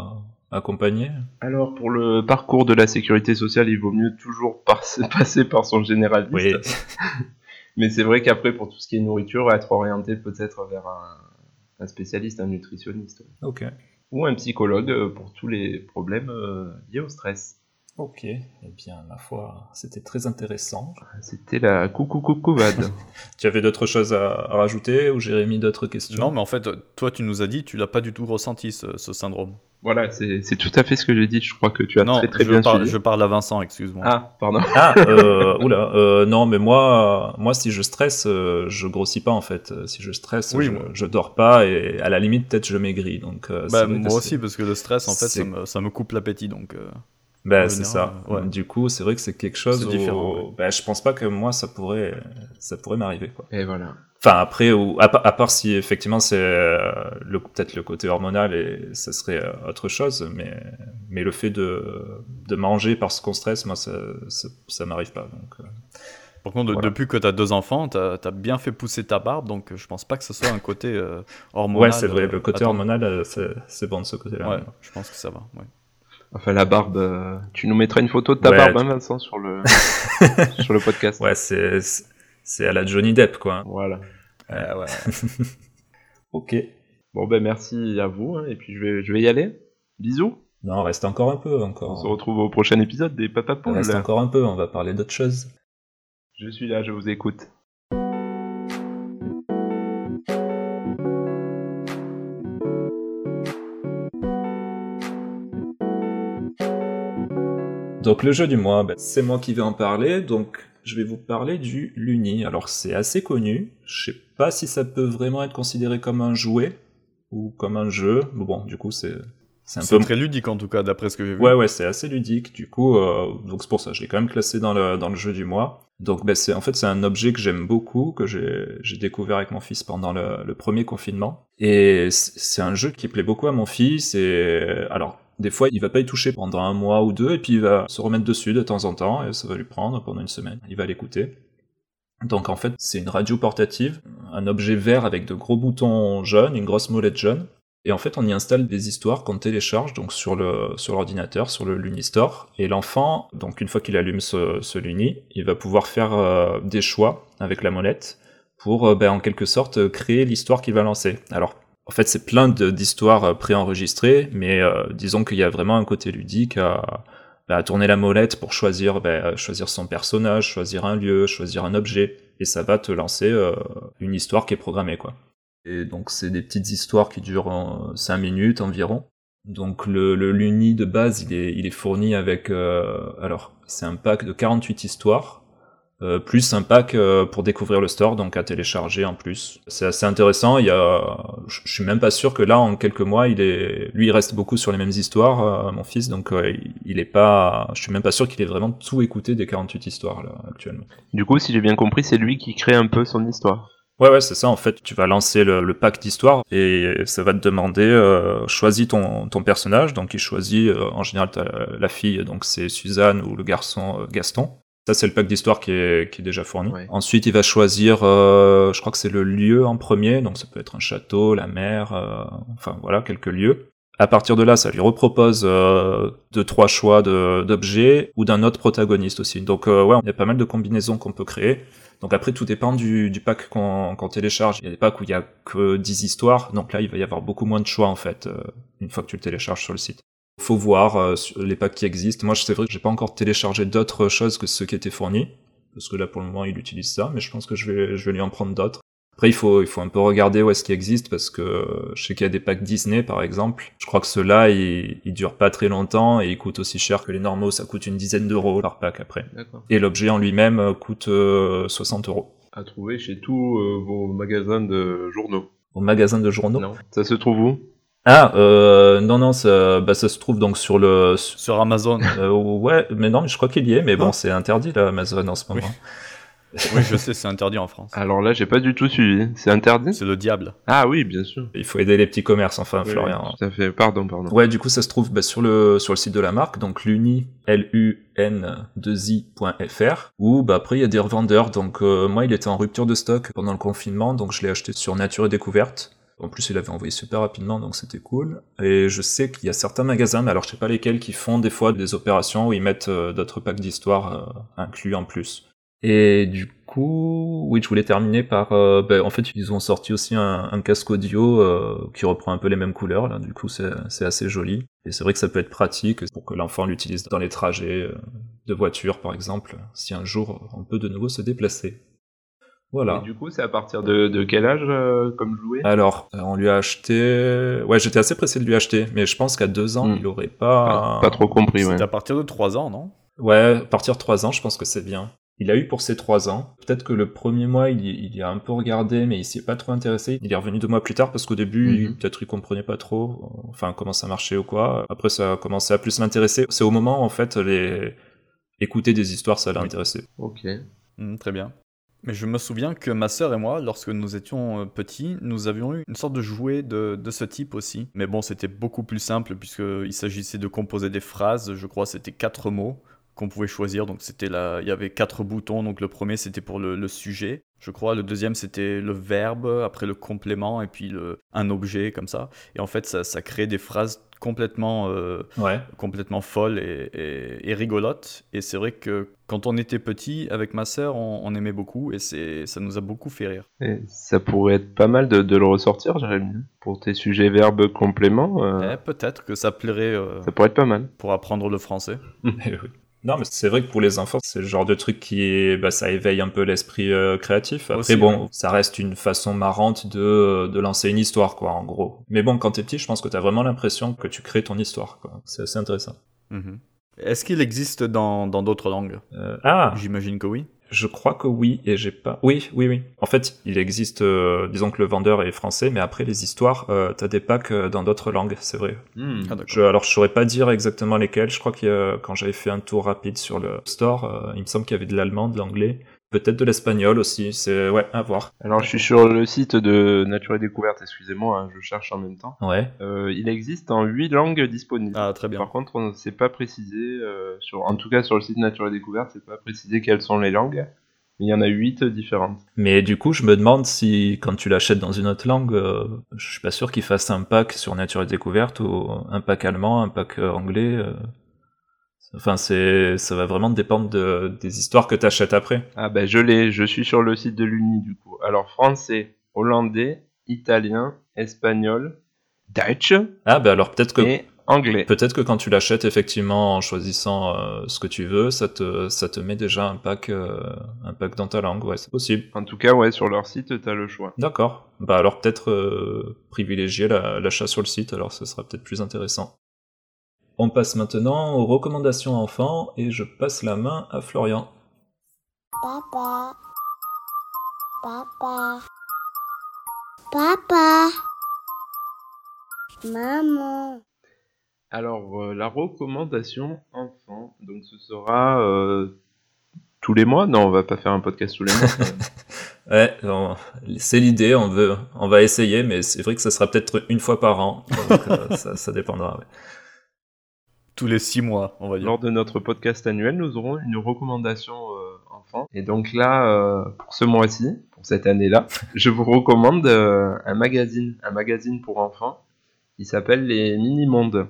B: euh, accompagner.
C: Alors pour le parcours de la sécurité sociale, il vaut mieux toujours par- passer par son généraliste.
B: Oui.
C: Mais c'est vrai qu'après pour tout ce qui est nourriture, être orienté peut-être vers un, un spécialiste, un nutritionniste ouais.
B: Ok.
C: ou un psychologue euh, pour tous les problèmes euh, liés au stress.
B: Ok, eh bien, ma foi, c'était très intéressant.
C: C'était la coucou coucou vade.
B: Tu avais d'autres choses à, à rajouter ou Jérémy d'autres questions
D: Non, mais en fait, toi, tu nous as dit, tu l'as pas du tout ressenti ce, ce syndrome.
C: Voilà, c'est c'est tout à fait ce que j'ai dit. Je crois que tu as
D: non,
C: très très
D: je,
C: bien
D: parle-
C: suivi.
D: je parle à Vincent, excuse-moi.
C: Ah, pardon.
B: Ah, euh, oula, euh, non, mais moi, euh, moi, si je stresse, euh, je grossis pas en fait. Euh, Si je stresse,
D: Oui,
B: je,
D: moi.
B: je dors pas et à la limite, peut-être, je maigris. Donc, euh, c'est
D: Bah,
B: vrai que
D: moi
B: c'est-
D: aussi, parce que le stress, en fait,
B: c'est-
D: ça me, ça me coupe l'appétit, donc. euh,
B: Ben,
D: En
B: c'est ça.
D: général, euh, ouais.
B: Du coup, c'est vrai que c'est quelque chose
D: C'est
B: où-
D: différent, ouais.
B: ben, je pense pas que moi ça pourrait ça pourrait m'arriver quoi.
C: Et voilà.
B: Enfin après ou à, pa- à part si effectivement c'est euh, le peut-être le côté hormonal et ça serait euh, autre chose mais mais le fait de de manger parce qu'on stresse moi ça ça, ça m'arrive pas donc euh,
D: Par contre, de-
B: Voilà.
D: depuis que tu as deux enfants, tu as, bien fait pousser ta barbe, donc euh, je pense pas que ce soit un côté euh, hormonal.
B: ouais, c'est vrai
D: euh,
B: le côté
D: attends.
B: hormonal euh, c'est c'est bon de ce côté-là.
D: Ouais, je pense que ça va. ouais.
C: Enfin, la barbe. euh, Tu nous mettras une photo de ta
B: Ouais,
C: barbe,
B: tu-
C: hein, Vincent, sur le, sur le podcast.
B: Ouais, c'est c'est- c'est à la Johnny Depp quoi.
C: Voilà.
B: OK.
C: Bon, ben merci à vous, hein, et puis je vais, je vais y aller. Bisous.
B: Non, reste encore un peu
C: On se
B: encore.
C: retrouve au prochain épisode des Papa Poules.
B: Oh. Reste encore un peu, on va parler d'autres choses.
C: Je suis là, je vous écoute.
B: Donc le jeu du mois, ben, c'est moi qui vais en parler, donc je vais vous parler du Luni. Alors c'est assez connu, je sais pas si ça peut vraiment être considéré comme un jouet ou comme un jeu, mais bon du coup c'est c'est un
D: C'est
B: peu...
D: très ludique en tout cas, d'après ce que j'ai vu.
B: Ouais ouais c'est assez ludique, du coup euh, donc c'est pour ça, je l'ai quand même classé dans le, dans le jeu du mois. Donc ben, c'est en fait c'est un objet que j'aime beaucoup, que j'ai j'ai découvert avec mon fils pendant le, le premier confinement. Et c- c'est un jeu qui plaît beaucoup à mon fils et alors... Des fois, il va pas y toucher pendant un mois ou deux, et puis il va se remettre dessus de temps en temps, et ça va lui prendre pendant une semaine. Il va l'écouter. Donc en fait, c'est une radio portative, un objet vert avec de gros boutons jaunes, une grosse molette jaune. Et en fait, on y installe des histoires qu'on télécharge donc sur le sur l'ordinateur, sur le Lunistore. Et l'enfant, donc une fois qu'il allume ce, ce Luni, il va pouvoir faire euh, des choix avec la molette pour euh, ben, en quelque sorte euh, créer l'histoire qu'il va lancer. Alors en fait, c'est plein de- d'histoires euh, préenregistrées, mais euh, disons qu'il y a vraiment un côté ludique à, bah, tourner la molette pour choisir, bah, choisir son personnage, choisir un lieu, choisir un objet, et ça va te lancer euh, une histoire qui est programmée, quoi. Et donc c'est des petites histoires qui durent 5 minutes environ. Donc le, le Luni de base, il est, il est fourni avec, euh, alors c'est un pack de 48 histoires, euh, plus un pack euh, pour découvrir le store, donc à télécharger en plus. C'est assez intéressant. Il y a, je je suis même pas sûr que là, en quelques mois, il est, lui, il reste beaucoup sur les mêmes histoires, euh, mon fils. Donc, euh, il- il est pas, je suis même pas sûr qu'il ait vraiment tout écouté des 48 histoires là actuellement.
C: Du coup, si j'ai bien compris, c'est lui qui crée un peu son histoire.
B: Ouais, ouais, c'est ça. En fait, tu vas lancer le, le pack d'histoire et ça va te demander, euh, choisis ton, ton personnage. Donc, il choisit, euh, en général, t'as la fille, donc c'est Suzanne ou le garçon euh, Gaston. Ça, c'est le pack d'histoire qui est, qui est déjà fourni.
C: Ouais.
B: Ensuite, il va choisir, euh, je crois que c'est le lieu en premier. Donc, ça peut être un château, la mer, euh, enfin, voilà, quelques lieux. À partir de là, ça lui repropose euh, deux, trois choix de- d'objets ou d'un autre protagoniste aussi. Donc, euh, ouais, il y a pas mal de combinaisons qu'on peut créer. Donc après, tout dépend du, du pack qu'on qu'on télécharge. Il y a des packs où il y a que 10 histoires, donc là, il va y avoir beaucoup moins de choix, en fait, euh, une fois que tu le télécharges sur le site. Faut voir euh, sur les packs qui existent. Moi, c'est vrai que j'ai pas encore téléchargé d'autres choses que ceux qui étaient fournis, parce que là, pour le moment, il utilise ça, mais je pense que je vais, je vais lui en prendre d'autres. Après, il faut, il faut un peu regarder où est-ce qu'il existe, parce que euh, je sais qu'il y a des packs Disney, par exemple. Je crois que ceux-là, ils, ils durent pas très longtemps et ils coûtent aussi cher que les normaux. Ça coûte une dizaine d'euros par pack après.
C: D'accord.
B: Et l'objet en lui-même euh, coûte euh, 60 euros.
C: À trouver chez tous euh, vos magasins de journaux.
B: Au magasin de journaux
C: Non. Ça se trouve où
B: Ah, euh, non, non, ça, bah, ça se trouve donc sur le... sur-
D: Sur Amazon,
B: euh, ouais, mais non, mais je crois qu'il y est, mais bon,
D: Ah.
B: c'est interdit, là, Amazon, en ce moment.
D: oui, je sais, c'est interdit en
B: Ah
D: France.
C: Alors là, j'ai pas du tout suivi. C'est interdit
D: C'est le diable.
C: Ah oui, bien sûr.
B: Il faut aider les petits commerces, enfin,
C: Oui,
B: Florian.
C: oui, Tout à fait. Pardon, pardon.
B: Ouais, du coup, ça se trouve bah, sur, le, sur le site de la marque, donc luni, L-U-N-2-I.fr, où bah, après, il y a des revendeurs. Donc, euh, moi, il était en rupture de stock pendant le confinement, donc je l'ai acheté sur Nature et Découverte. En plus, il avait envoyé super rapidement, donc c'était cool. Et je sais qu'il y a certains magasins, mais alors je sais pas lesquels, qui font des fois des opérations où ils mettent euh, d'autres packs d'histoires euh, inclus en plus. Et du coup, oui, je voulais terminer par. euh, ben, en fait, ils ont sorti aussi un, un casque audio euh, qui reprend un peu les mêmes couleurs. Là, du coup, c'est c'est assez joli. Et c'est vrai que ça peut être pratique pour que l'enfant l'utilise dans les trajets euh, de voiture, par exemple, si un jour on peut de nouveau se déplacer. Voilà.
C: Et du coup, c'est à partir de, de quel âge euh, comme jouet
B: Alors, euh, on lui a acheté. Ouais, j'étais assez pressé de lui acheter, mais je pense qu'à deux ans,
C: Hmm.
B: il aurait pas.
C: Pas trop compris, ouais.
D: C'est à partir de 3 ans, non
B: Ouais, à partir de trois ans, je pense que c'est bien. Il a eu pour ses trois ans. Peut-être que le premier mois, il, y- il y a un peu regardé, mais il s'y est pas trop intéressé. Il est revenu deux mois plus tard parce qu'au début,
C: Mhm.
B: il- peut-être il comprenait pas trop, euh, enfin, comment ça marchait ou quoi. Après, ça a commencé à plus l'intéresser. C'est au moment, en fait, les... écouter des histoires, ça l'a intéressé.
C: Ok.
D: Hmm, très bien. Mais je me souviens que ma sœur et moi, lorsque nous étions euh, petits, nous avions eu une sorte de jouet de, de ce type aussi. Mais bon, c'était beaucoup plus simple puisqu'il s'agissait de composer des phrases. Je crois c'était quatre mots qu'on pouvait choisir. Donc c'était là, il y avait quatre boutons. Donc le premier c'était pour le, le sujet, je crois. Le deuxième c'était le verbe, après le complément et puis le, un objet comme ça. Et en fait, ça, ça créait des phrases complètement euh,
B: Ouais.
D: complètement folle et, et- et rigolote. Et c'est vrai que quand on était petit, avec ma sœur, on, on aimait beaucoup et c'est, ça nous a beaucoup fait rire.
C: Et ça pourrait être pas mal de, de le ressortir, Jérémy. hein, Pour tes sujets verbes compléments, euh,
D: Eh, peut-être que ça plairait euh,
C: ça pourrait être pas mal.
D: pour apprendre le français.
B: Eh oui. Non, mais c'est vrai que pour les enfants, c'est le genre de truc qui est, bah, ça éveille un peu l'esprit euh, créatif. Après,
D: Aussi,
B: bon,
D: ouais.
B: ça reste une façon marrante de, de lancer une histoire, quoi, en gros. Mais bon, quand t'es petit, je pense que t'as vraiment l'impression que tu crées ton histoire, quoi. C'est assez intéressant.
D: Mhm. Est-ce qu'il existe dans, dans d'autres langues
B: Euh, ah,
D: J'imagine que oui.
B: je crois que oui, et j'ai pas. Oui, oui, oui. En fait, il existe, euh, disons que le vendeur est français, mais après les histoires, euh, t'as des packs euh, dans d'autres langues, c'est vrai.
C: Hmm.
D: Ah, d'accord.
B: Je, alors, je saurais pas dire exactement lesquels. Je crois que euh, quand j'avais fait un tour rapide sur le store, euh, il me semble qu'il y avait de l'allemand, de l'anglais, peut-être de l'espagnol aussi. C'est ouais, à voir.
C: Alors je suis sur le site de Nature et Découverte, excusez-moi, hein, je cherche en même temps.
B: Ouais.
C: Euh, il existe en 8 langues disponibles.
D: Ah, très bien.
C: Par contre, on ne sait pas précisé, euh, sur, en tout cas sur le site Nature et Découverte, c'est pas précisé quelles sont les langues. Mais il y en a 8 différentes.
B: Mais du coup, je me demande si quand tu l'achètes dans une autre langue, euh, je suis pas sûr qu'ils fassent un pack sur Nature et Découverte ou un pack allemand, un pack euh, anglais. euh. Enfin, c'est ça va vraiment dépendre de- des histoires que t'achètes après.
C: Ah ben je l'ai, je suis sur le site de l'Uni du coup. Alors français, hollandais, italien, espagnol, Deutsch
B: Ah bah alors peut-être que
C: et anglais.
B: Peut-être que quand tu l'achètes, effectivement, en choisissant euh, ce que tu veux, ça te, ça te met déjà un pack, euh, un pack dans ta langue. Ouais, c'est possible.
C: En tout cas, ouais, sur leur site, t'as le choix.
B: D'accord. Bah alors peut-être euh, privilégier la- l'achat sur le site, alors ce sera peut-être plus intéressant. On passe maintenant aux recommandations enfants et je passe la main à Florian.
A: Papa. Papa. Papa. Maman.
C: Alors, euh, la recommandation enfant, donc ce sera euh, tous les mois Non, on va pas faire un podcast tous les mois.
B: Ouais, on- c'est l'idée, on veut, on va essayer, mais c'est vrai que ça sera peut-être une fois par an, donc euh, ça, ça dépendra. ouais.
D: Tous les six mois, on va dire.
C: Lors de notre podcast annuel, nous aurons une recommandation euh, enfant. Et donc là, euh, pour ce mois-ci, pour cette année-là, je vous recommande euh, un magazine, un magazine pour enfants qui s'appelle Les Mini-Mondes.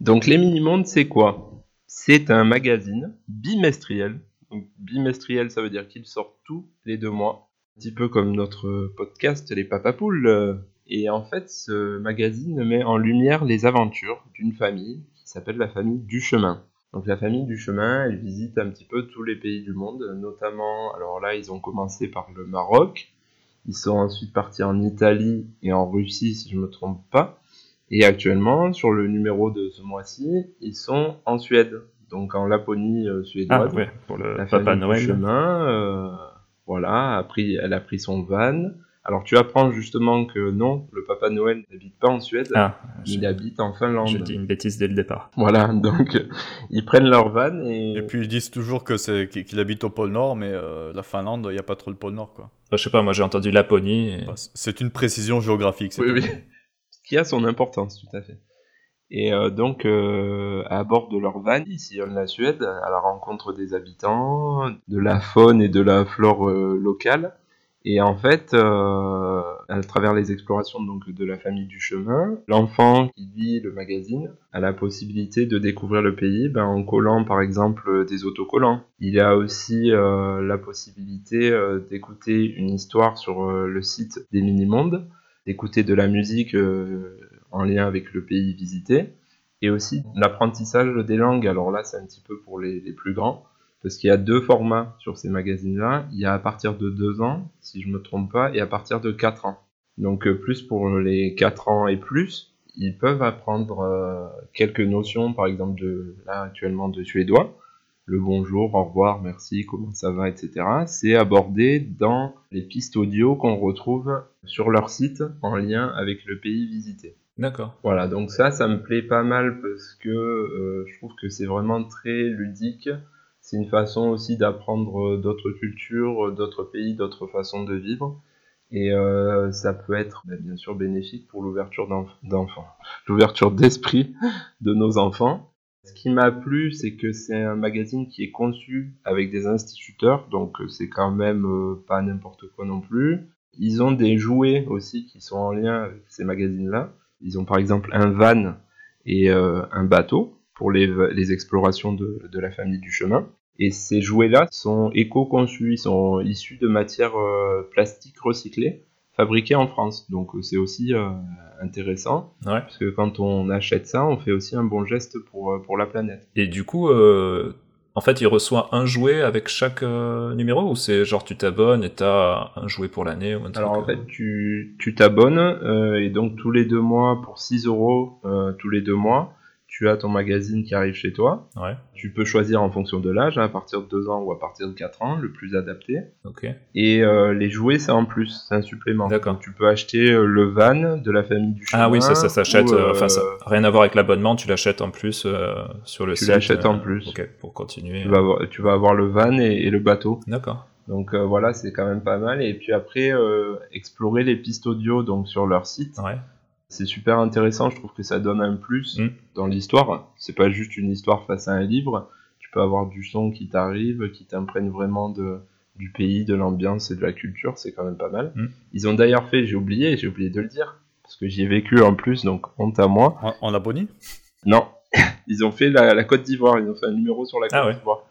C: Donc les Mini-Mondes, c'est quoi C'est un magazine bimestriel. Donc bimestriel, ça veut dire qu'il sort tous les deux mois. Un petit peu comme notre podcast Les Papapoules. euh. Et en fait, ce magazine met en lumière les aventures d'une famille qui s'appelle la famille du chemin. Donc la famille du chemin, elle visite un petit peu tous les pays du monde, notamment, alors là, ils ont commencé par le Maroc, ils sont ensuite partis en Italie et en Russie, si je ne me trompe pas, et actuellement, sur le numéro de ce mois-ci, ils sont en Suède, donc en Laponie euh,
B: Ah
C: suédoise.
B: ouais, pour le
C: La
B: Papa
C: famille du
B: Noël.
C: chemin, euh, voilà, a pris, elle a pris son van. Alors tu apprends justement que non, le Papa Noël n'habite pas en Suède,
B: Ah,
C: il
B: j'ai-
C: habite en
B: Je
C: Finlande.
B: dis une bêtise dès le départ.
C: Voilà, donc euh, ils prennent leur van et,
D: Et puis ils disent toujours que c'est, qu'il qu'il habite au pôle Nord, mais euh, la Finlande, il n'y a pas trop le pôle Nord. Quoi.
B: Enfin, je sais pas, moi j'ai entendu Laponie. et-
D: Enfin, c'est- c'est une précision géographique. C'est
C: Oui,
D: tout.
C: oui. Ce qui a son importance, tout à fait. Et euh, donc, euh, à bord de leur van, ils sillonnent la Suède à la rencontre des habitants, de la faune et de la flore euh, locale. Et en fait, euh, à travers les explorations donc, de la famille du chemin, l'enfant qui lit le magazine a la possibilité de découvrir le pays ben, en collant par exemple euh, des autocollants. Il a aussi euh, la possibilité euh, d'écouter une histoire sur euh, le site des mini-mondes d'écouter de la musique euh, en lien avec le pays visité, et aussi l'apprentissage des langues. Alors là, c'est un petit peu pour les, les plus grands, parce qu'il y a deux formats sur ces magazines-là. Il y a à partir de 2 ans, si je me trompe pas, et à partir de 4 ans. Donc euh, plus pour les 4 ans et plus, ils peuvent apprendre euh, quelques notions, par exemple de là actuellement de suédois, le bonjour, au revoir, merci, comment ça va, etc. C'est abordé dans les pistes audio qu'on retrouve sur leur site en lien avec le pays visité.
B: D'accord.
C: Voilà, donc ça, ça me plaît pas mal parce que euh, je trouve que c'est vraiment très ludique. C'est une façon aussi d'apprendre euh, d'autres cultures, euh, d'autres pays, d'autres façons de vivre. Et euh, ça peut être bah, bien sûr bénéfique pour l'ouverture d'enf- d'enfants, l'ouverture d'esprit de nos enfants. Ce qui m'a plu, c'est que c'est un magazine qui est conçu avec des instituteurs, donc euh, c'est quand même euh, pas n'importe quoi non plus. Ils ont des jouets aussi qui sont en lien avec ces magazines-là. Ils ont par exemple un van et euh, un bateau pour les, les explorations de, de la famille du chemin. Et ces jouets-là sont éco-conçus, ils sont issus de matières euh, plastiques recyclées, fabriquées en France. Donc euh, c'est aussi euh, intéressant,
B: Ouais.
C: parce que quand on achète ça, on fait aussi un bon geste pour, euh, pour la planète.
B: Et du coup, euh, en fait, il reçoit un jouet avec chaque euh, numéro ou c'est genre tu t'abonnes et t'as un jouet pour l'année ou un truc
C: Alors en
B: euh,
C: fait, tu tu t'abonnes, euh, et donc tous les deux mois, pour 6 euros, euh, tous les deux mois, tu as ton magazine qui arrive chez toi.
B: Ouais,
C: Tu peux choisir en fonction de l'âge, hein, à partir de 2 ans ou à partir de 4 ans, le plus adapté.
B: ok.
C: Et euh, les jouets, c'est en plus, c'est un supplément.
B: D'accord.
C: Donc, Tu peux acheter euh, le van de la famille du chemin.
B: Ah oui, ça, ça s'achète.
C: ou,
B: euh, Enfin, ça
C: euh,
B: rien à voir avec l'abonnement. Tu l'achètes en plus euh, sur le
C: Tu
B: site.
C: l'achètes
B: euh,
C: en plus.
B: Ok, pour continuer.
C: Tu vas, avoir, tu vas avoir le van et, et le bateau.
B: D'accord.
C: Donc euh, voilà, c'est quand même pas mal. Et puis après, euh, explorer les pistes audio donc sur leur site.
B: Ouais.
C: C'est super intéressant. Je trouve que ça donne un plus
B: Mm.
C: dans l'histoire. C'est pas juste une histoire face à un livre. Tu peux avoir du son qui t'arrive, qui t'imprègne vraiment de, du pays, de l'ambiance et de la culture, c'est quand même pas mal.
B: Mm.
C: Ils ont d'ailleurs fait, j'ai oublié, j'ai oublié de le dire, parce que j'y ai vécu en plus, donc honte à moi.
D: En, en Laponie
C: Non, ils ont fait la, la Côte d'Ivoire, ils ont fait un numéro sur la Côte
B: Ah ouais.
C: d'Ivoire.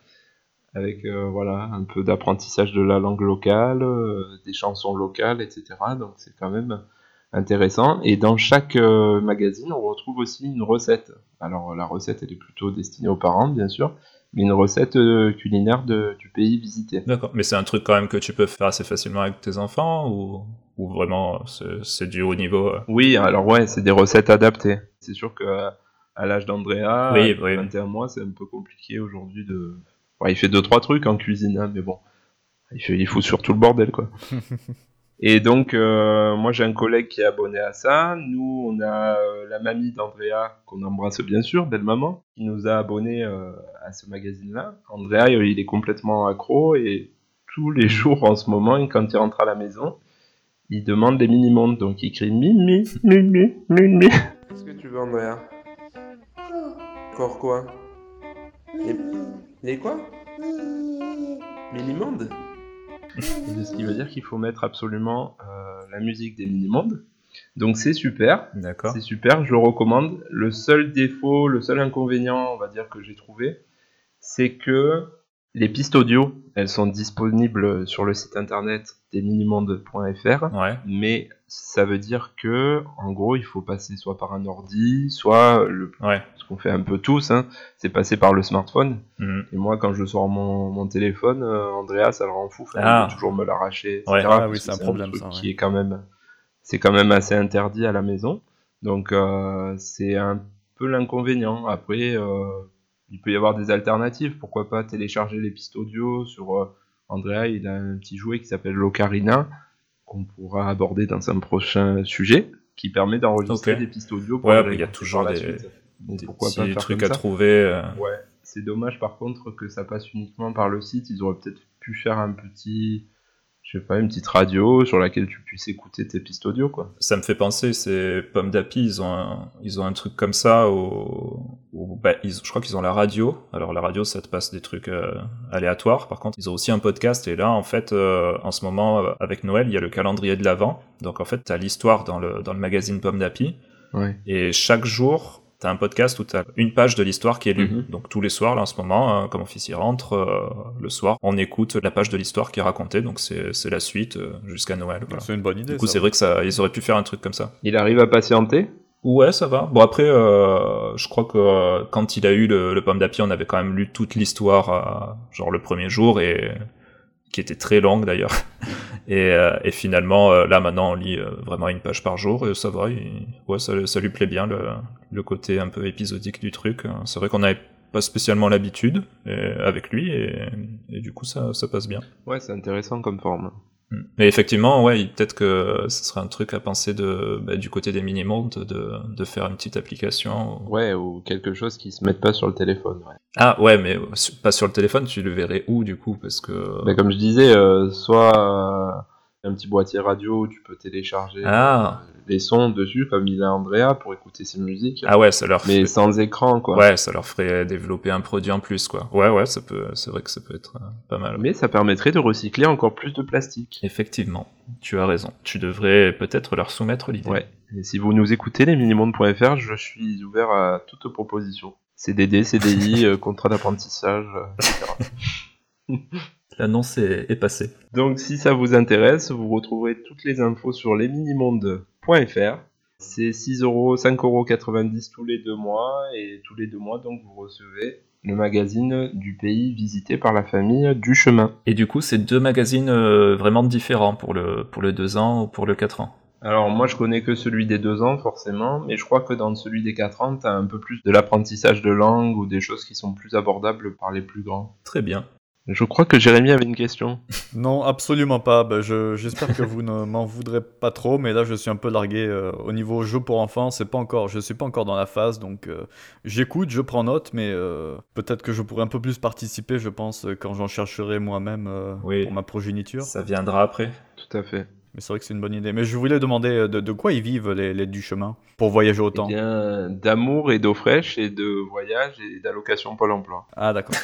C: Avec euh, voilà, un peu d'apprentissage de la langue locale, euh, des chansons locales, etc. Donc c'est quand même intéressant. Et dans chaque euh, magazine, on retrouve aussi une recette. Alors la recette, elle est plutôt destinée aux parents, bien sûr, mais une recette euh, culinaire de- du pays visité.
B: D'accord. Mais c'est un truc quand même que tu peux faire assez facilement avec tes enfants ou, ou vraiment euh, c'est- c'est du haut niveau. euh.
C: Oui, alors ouais, c'est des recettes adaptées. C'est sûr que euh, à l'âge d'Andrea,
B: Oui,
C: à
B: oui.
C: 21 mois, c'est un peu compliqué aujourd'hui de. Ouais, il fait deux trois trucs en cuisine, hein, mais bon, il fait, il fout surtout le bordel quoi. Et donc, euh, moi j'ai un collègue qui est abonné à ça. Nous, on a euh, la mamie d'Andrea, qu'on embrasse bien sûr, belle maman, qui nous a abonné à ce magazine-là. Andrea, il est complètement accro et tous
B: Mmh.
C: les jours en ce moment, quand il rentre à la maison, il demande les mini-mondes. Donc il crie Mimi, Mimi, Mimi. Qu'est-ce que tu veux, Andrea Encore quoi Les quoi Mini-mondes Ce qui veut dire qu'il faut mettre absolument euh, la musique des mini-mondes. Donc c'est super.
B: D'accord.
C: C'est super, je le recommande. Le seul défaut, le seul inconvénient, on va dire, que j'ai trouvé, c'est que les pistes audio, elles sont disponibles sur le site internet des minimondes.fr,
B: Ouais.
C: mais ça veut dire que, en gros, il faut passer soit par un ordi, soit, le,
B: Ouais.
C: ce qu'on fait un peu tous, hein, c'est passer par le smartphone.
B: Mhm.
C: Et moi, quand je sors mon, mon téléphone, euh, Andrea, ça le rend fou. Enfin,
B: Ah.
C: Il veut toujours me l'arracher. etc.,
B: Ouais.
D: Ah
C: parce
D: oui,
C: que
D: c'est un problème,
C: truc
D: ça, ouais.
C: Qui est quand même, c'est quand même assez interdit à la maison. Donc, euh, c'est un peu l'inconvénient. Après, euh, il peut y avoir des alternatives. Pourquoi pas télécharger les pistes audio sur euh, Andrea. Il a un petit jouet qui s'appelle l'Ocarina qu'on pourra aborder dans un prochain sujet qui permet d'enregistrer
B: Ok.
C: des pistes audio.
B: Ouais,
C: les
B: mais il y a
C: réécouter
B: toujours
C: par la
B: des-
C: suite. Donc,
B: Des
C: pourquoi pas
B: petits
C: faire
B: trucs
C: comme
B: à
C: ça
B: trouver. euh.
C: Ouais, c'est dommage par contre que ça passe uniquement par le site. Ils auraient peut-être pu faire un petit, je sais pas, une petite radio sur laquelle tu puisses écouter tes pistes audio, quoi.
B: Ça me fait penser, c'est Pomme d'Api, ils ont un, ils ont un truc comme ça au, au- bah, ils, je crois qu'ils ont la radio. Alors la radio, ça te passe des trucs euh, aléatoires. Par contre, ils ont aussi un podcast. Et là, en fait, euh, en ce moment, euh, avec Noël, il y a le calendrier de l'Avent. Donc en fait, t'as l'histoire dans le, dans le magazine Pomme d'Api.
C: Ouais.
B: Et chaque jour, t'as un podcast où t'as une page de l'histoire qui est lue.
C: Mhm.
B: Donc tous les soirs, là en ce moment, hein, comme office y rentre, euh, le soir, on écoute la page de l'histoire qui est racontée. Donc c'est c'est la suite euh, jusqu'à Noël. voilà.
D: C'est une bonne idée.
B: Du coup,
D: ça.
B: c'est vrai que ça, ils auraient pu faire un truc comme ça.
C: Il arrive à patienter.
B: Ouais, ça va. Bon, après, euh, je crois que euh, quand il a eu le, le pomme d'api, on avait quand même lu toute l'histoire, euh, genre le premier jour, et qui était très longue d'ailleurs. Et, euh, et finalement, euh, là maintenant, on lit euh, vraiment une page par jour, et ça va. il- Ouais, ça, ça lui plaît bien le, le côté un peu épisodique du truc. Euh, C'est vrai qu'on avait pas spécialement l'habitude et- avec lui et, et du coup ça, ça passe bien.
C: Ouais, c'est intéressant comme forme.
B: Mm. Mais effectivement, ouais, il- peut-être que ce serait un truc à penser de, bah, du côté des mini-mondes de, de faire une petite application.
C: Ouais, ou quelque chose qui se mette pas sur le téléphone. ouais.
B: Ah ouais, mais su- pas sur le téléphone, tu le verrais où du coup Parce que.
C: Bah, comme je disais, euh, soit euh, un petit boîtier radio où tu peux télécharger
B: Ah,
C: euh, les sons dessus, comme il a Andrea, pour écouter ses musiques,
B: ah ouais, ça leur
C: mais sans écran, quoi.
B: Ouais, ça leur ferait développer un produit en plus, quoi. Ouais, ouais, ça peut, c'est vrai que ça peut être euh, pas mal.
C: Mais ça permettrait de recycler encore plus de plastique.
B: Effectivement, tu as raison. Tu devrais peut-être leur soumettre l'idée.
C: Ouais. Et si vous nous écoutez, les minimondes.fr, je suis ouvert à toute proposition. CDD, CDI, euh, contrat d'apprentissage, euh, etc.
B: L'annonce est, est passée.
C: Donc si ça vous intéresse, vous retrouverez toutes les infos sur lesminimondes.fr. C'est 6 euros, 5,90 euros tous les deux mois. Et tous les deux mois, donc, vous recevez le magazine du pays visité par la famille du chemin.
B: Et du coup, c'est deux magazines euh, vraiment différents pour le pour le 2 ans ou pour le 4 ans.
C: Alors moi, je connais que celui des deux ans, forcément. Mais je crois que dans celui des 4 ans, t'as un peu plus de l'apprentissage de langue ou des choses qui sont plus abordables par les plus grands.
B: Très bien.
C: Je crois que Jérémy avait une question.
D: Non, absolument pas. Ben, je- J'espère que vous ne m'en voudrez pas trop, mais là je suis un peu largué euh, au niveau jeu pour enfants. C'est pas encore, je suis pas encore dans la phase, donc euh, j'écoute, je prends note, mais euh, peut-être que je pourrais un peu plus participer, je pense, euh, quand j'en chercherai moi-même euh,
B: Oui.
D: pour ma progéniture.
B: Ça viendra après.
C: Tout à fait.
D: Mais c'est vrai que c'est une bonne idée. Mais je voulais demander euh, de, de quoi ils vivent les, les du chemin pour voyager
C: Eh
D: autant.
C: bien, d'amour et d'eau fraîche et de voyage et d'allocation Pôle emploi.
D: Ah d'accord.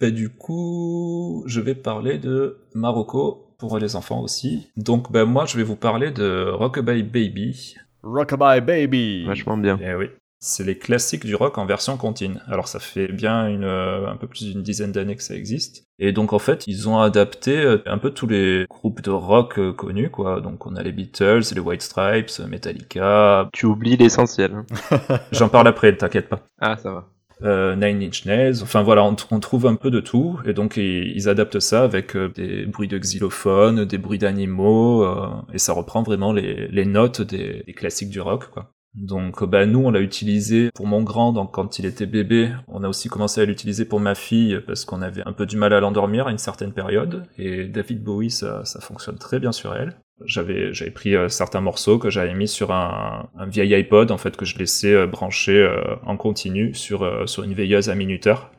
B: Bah, du coup, je vais parler de Marocco pour les enfants aussi. Donc, bah, moi, je vais vous parler de Rockabye Baby.
D: Rockabye baby.
C: Vachement bien.
B: Eh oui. C'est les classiques du rock en version contine. Alors ça fait bien une, euh, un peu plus d'une dizaine d'années que ça existe. Et donc en fait, ils ont adapté euh, un peu tous les groupes de rock euh, connus, quoi. Donc on a les Beatles, les White Stripes, euh, Metallica.
C: Tu oublies l'essentiel. hein.
B: J'en parle après, t'inquiète pas.
C: Ah, ça va.
B: Euh, Nine Inch Nails. Enfin voilà, on, tr- on trouve un peu de tout. Et donc ils, ils adaptent ça avec euh, des bruits de xylophones, des bruits d'animaux. euh, et ça reprend vraiment les, les notes des, des classiques du rock, quoi. Donc euh, bah, nous, on l'a utilisé pour mon grand donc, quand il était bébé. On a aussi commencé à l'utiliser pour ma fille parce qu'on avait un peu du mal à l'endormir à une certaine période. Et David Bowie, ça, ça fonctionne très bien sur elle. J'avais, j'avais pris euh, certains morceaux que j'avais mis sur un, un vieil iPod en fait que je laissais euh, brancher euh, en continu sur, euh, sur une veilleuse à minuteur.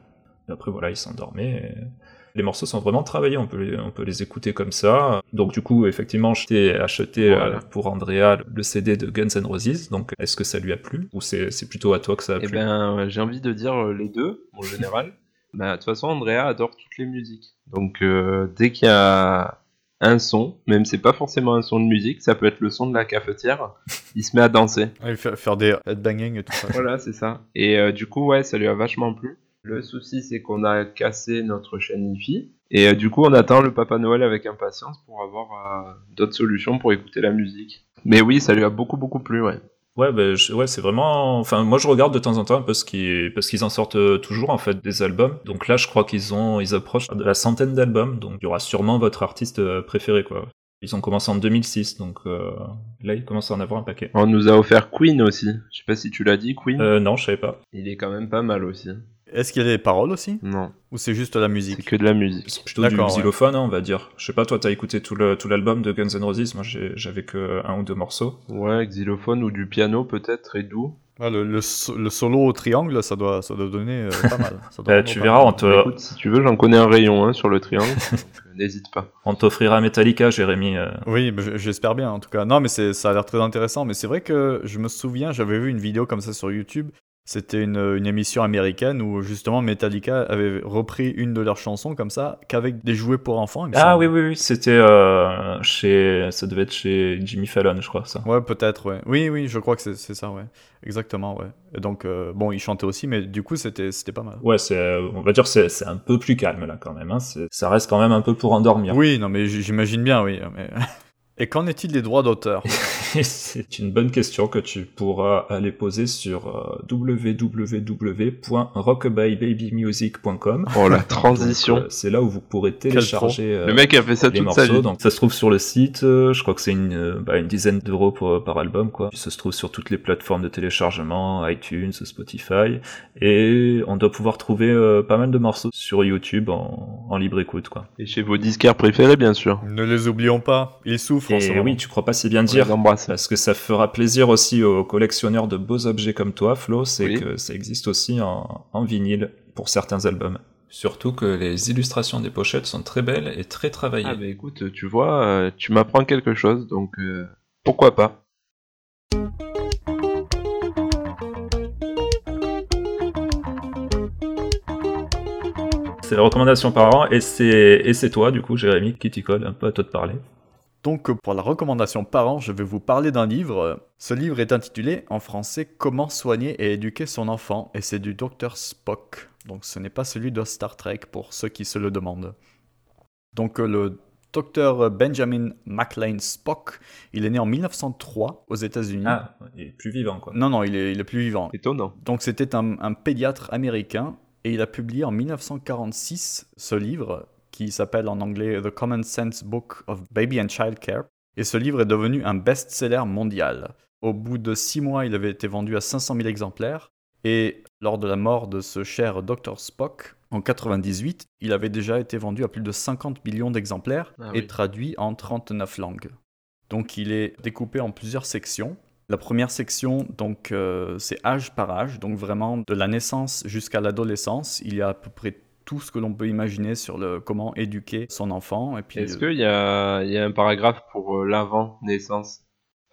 B: Et après voilà, il s'endormait. et- Les morceaux sont vraiment travaillés, on peut, les- on peut les écouter comme ça. Donc du coup, effectivement, j'étais acheté euh,
C: Voilà.
B: pour Andrea le CD de Guns N' Roses. Donc est-ce que ça lui a plu ou c'est, c'est plutôt à toi que ça a
C: Eh
B: plu
C: ben, euh, j'ai envie de dire euh, les deux, en général. Bah, De toute façon, Andrea adore toutes les musiques. Donc, euh, dès qu'il y a un son, même si c'est pas forcément un son de musique, ça peut être le son de la cafetière, il se met à danser.
D: Et faire, faire des headbanging et tout ça.
C: Voilà, c'est ça. Et euh, du coup, ouais, ça lui a vachement plu. Le souci, c'est qu'on a cassé notre chaîne hi Et euh, du coup, on attend le Papa Noël avec impatience pour avoir euh, d'autres solutions pour écouter la musique. Mais oui, ça lui a beaucoup, beaucoup plu, ouais.
B: Ouais, ben, je- ouais, c'est vraiment. Enfin, moi, je regarde de temps en temps un peu ce qui, parce qu'ils en sortent euh, toujours en fait des albums. Donc là, je crois qu'ils ont, ils approchent de la centaine d'albums. Donc il y aura sûrement votre artiste euh, préféré, quoi. Ils ont commencé en 2006, donc euh, là, ils commencent à en avoir un paquet.
C: On nous a offert Queen aussi. Je sais pas si tu l'as dit, Queen.
B: Euh, non, je savais pas.
C: Il est quand même pas mal aussi.
D: Est-ce qu'il y a des paroles aussi
C: Non,
D: ou c'est juste la
C: c'est
D: musique
C: que de la musique.
B: C'est plutôt du
D: D'accord, ouais.
B: xylophone, hein, on va dire. Je sais pas, toi, t'as écouté tout le tout l'album de Guns N' Roses. Moi, j'ai- j'avais que un ou deux morceaux.
C: Ouais, xylophone ou du piano peut-être, très doux.
D: Ah, le, le so- le solo au triangle, ça doit, ça doit donner euh, pas mal. Ça doit
B: Euh,
D: rendre
B: tu
D: pas
B: verras,
D: mal.
B: on te,
C: Écoute, si tu veux, j'en connais un rayon hein, sur le triangle, donc, euh, n'hésite pas.
B: on t'offrira Metallica, Jérémy. euh.
D: Oui, bah, j- j'espère bien en tout cas. Non, mais c'est- ça a l'air très intéressant. Mais c'est vrai que je me souviens, j'avais vu une vidéo comme ça sur YouTube. C'était une, une émission américaine où justement Metallica avait repris une de leurs chansons comme ça, qu'avec des jouets pour enfants. il me
B: Ah
D: semble.
B: oui, oui, oui, c'était euh, chez, ça devait être chez Jimmy Fallon, je crois ça.
D: Ouais, peut-être, ouais. Oui, oui, je crois que c'est c'est ça, ouais. Exactement, ouais. Et donc, euh, bon, ils chantaient aussi, mais du coup, c'était c'était pas mal.
B: Ouais, c'est, euh, on va dire que c'est c'est un peu plus calme là quand même. Hein. C'est- Ça reste quand même un peu pour endormir.
D: Oui, non, mais j- j'imagine bien, oui. mais- Et qu'en est-il des droits d'auteur
B: C'est une bonne question que tu pourras aller poser sur euh, www.rockbybabymusic.com.
C: Oh la transition.
B: Donc, euh, C'est là où vous pourrez télécharger euh,
C: le mec a fait ça
B: les
C: toute sa
B: morceaux.
C: vie.
B: Donc, ça se trouve sur le site. euh, je crois que c'est une, euh, bah, une dizaine d'euros pour- euh, par album, quoi. Puis ça se trouve sur toutes les plateformes de téléchargement, iTunes, Spotify. Et on doit pouvoir trouver euh, pas mal de morceaux sur YouTube en, en libre écoute, quoi.
C: Et chez vos disquaires préférés, bien sûr.
D: Ne les oublions pas, ils souffrent en ce
B: Et
D: moment.
B: oui, tu crois pas si bien
C: On
B: dire.
C: les embrasse.
B: Parce que ça fera plaisir aussi aux collectionneurs de beaux objets comme toi, Flo, c'est
C: Oui.
B: que ça existe aussi en, en vinyle pour certains albums. Surtout que les illustrations des pochettes sont très belles et très travaillées.
C: Ah bah écoute, tu vois, euh, tu m'apprends quelque chose, donc euh, pourquoi pas
B: C'est la recommandation par an et c'est et c'est toi, du coup, Jérémy, qui t'y colle, un peu à toi de parler.
D: Donc euh, pour la recommandation parents, je vais vous parler d'un livre. Euh, Ce livre est intitulé en français Comment soigner et éduquer son enfant et c'est du docteur Spock. Donc ce n'est pas celui de Star Trek pour ceux qui se le demandent. Donc euh, le docteur Benjamin McLean Spock, il est né en 1903 aux États-Unis.
B: Ah, il est plus vivant, quoi.
D: Non, non, il est, il est plus vivant.
C: Étonnant.
D: Donc c'était un, un pédiatre américain et il a publié en 1946 ce livre qui s'appelle en anglais The Common Sense Book of Baby and Child Care. Et ce livre est devenu un best-seller mondial. Au bout de six mois, il avait été vendu à 500 000 exemplaires. Et lors de la mort de ce cher Dr Spock, en 98, il avait déjà été vendu à plus de 50 millions d'exemplaires
C: Ah
D: et
C: oui.
D: traduit en 39 langues. Donc il est découpé en plusieurs sections. La première section, donc, euh, c'est âge par âge, donc vraiment de la naissance jusqu'à l'adolescence, il y a à peu près tout ce que l'on peut imaginer sur le comment éduquer son enfant. Et puis,
C: Est-ce
D: euh,
C: qu'il y a, il y a un paragraphe pour euh, l'avant-naissance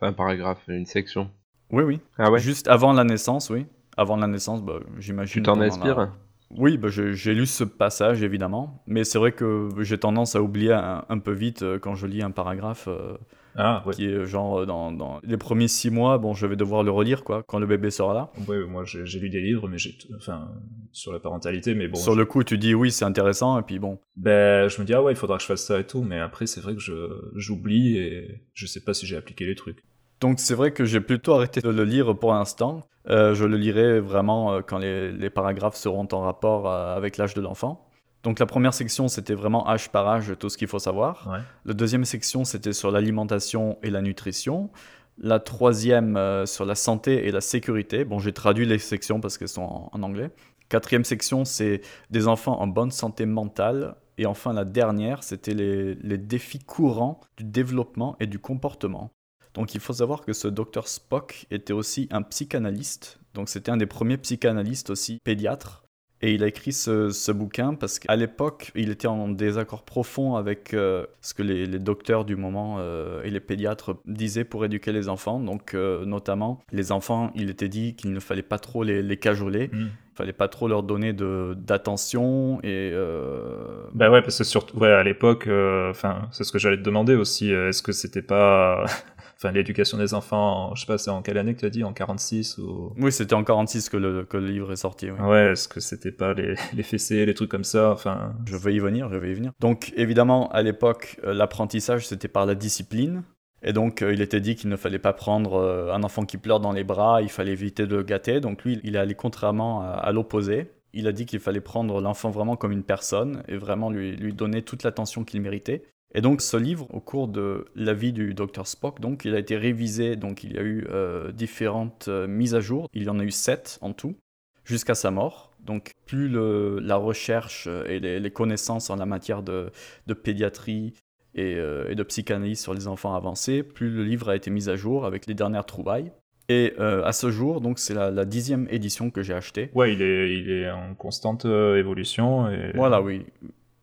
C: Enfin, un paragraphe, une section.
D: oui, oui.
C: Ah ouais
D: Juste avant la naissance, oui. Avant la naissance, bah, j'imagine.
C: Tu t'en
D: pendant la-
C: inspires hein?
D: Oui, bah, je- j'ai lu ce passage évidemment, mais c'est vrai que j'ai tendance à oublier un, un peu vite euh, quand je lis un paragraphe euh,
B: Ah, ouais.
D: qui est genre euh, dans, dans les premiers six mois. Bon, je vais devoir le relire quoi quand le bébé sera là.
B: Ouais, moi j'ai j'ai lu des livres, mais j'ai, t- enfin, sur la parentalité, mais bon,
D: Sur le coup, tu dis oui, c'est intéressant, et puis bon,
B: Ben, je me dis, ah ouais, il faudra que je fasse ça et tout, mais après, c'est vrai que je- j'oublie et je sais pas si j'ai appliqué les trucs.
D: Donc c'est vrai que j'ai plutôt arrêté de le lire pour l'instant. Euh, je le lirai vraiment euh, quand les, les paragraphes seront en rapport euh, avec l'âge de l'enfant. Donc la première section, c'était vraiment âge par âge, tout ce qu'il faut savoir.
B: Ouais.
D: La deuxième section, c'était sur l'alimentation et la nutrition. La troisième, euh, sur la santé et la sécurité. Bon, j'ai traduit les sections parce qu'elles sont en, en anglais. Quatrième section, c'est des enfants en bonne santé mentale. Et enfin, la dernière, c'était les- les défis courants du développement et du comportement. Donc il faut savoir que ce docteur Spock était aussi un psychanalyste, donc c'était un des premiers psychanalystes aussi pédiatre. Et il a écrit ce, ce bouquin parce qu'à l'époque, il était en désaccord profond avec euh, ce que les, les docteurs du moment euh, et les pédiatres disaient pour éduquer les enfants. Donc euh, notamment, les enfants, il était dit qu'il ne fallait pas trop les, les cajoler,
B: Hmm.
D: il fallait pas trop leur donner de- d'attention et... euh,
B: Bah ouais, parce que surtout, ouais, à l'époque, euh, enfin, c'est ce que j'allais te demander aussi. euh, Est-ce que c'était pas, enfin, l'éducation des enfants, en- je sais pas, c'est en quelle année que tu as dit, en 46 ou.
D: Oui, c'était en 46 que le, que le livre est sorti. oui.
B: Ouais, est-ce que c'était pas les, les fessées, les trucs comme ça, enfin.
D: Je vais y venir, je vais y venir. Donc évidemment, à l'époque, euh, l'apprentissage, c'était par la discipline. Et donc, euh, il était dit qu'il ne fallait pas prendre euh, un enfant qui pleure dans les bras, il fallait éviter de le gâter. Donc lui, il est allé contrairement à, à l'opposé. Il a dit qu'il fallait prendre l'enfant vraiment comme une personne et vraiment lui, lui donner toute l'attention qu'il méritait. Et donc ce livre, au cours de la vie du docteur Spock, donc il a été révisé, donc il y a eu euh, différentes euh, mises à jour. Il y en a eu sept en tout jusqu'à sa mort. Donc plus le- la recherche euh, et les, les connaissances en la matière de, de pédiatrie et, euh, et de psychanalyse sur les enfants avancés, plus le livre a été mis à jour avec les dernières trouvailles. Et euh, à ce jour, donc c'est la, la dixième édition que j'ai achetée.
B: Ouais, il est, il est en constante euh, évolution et.
D: Voilà, oui.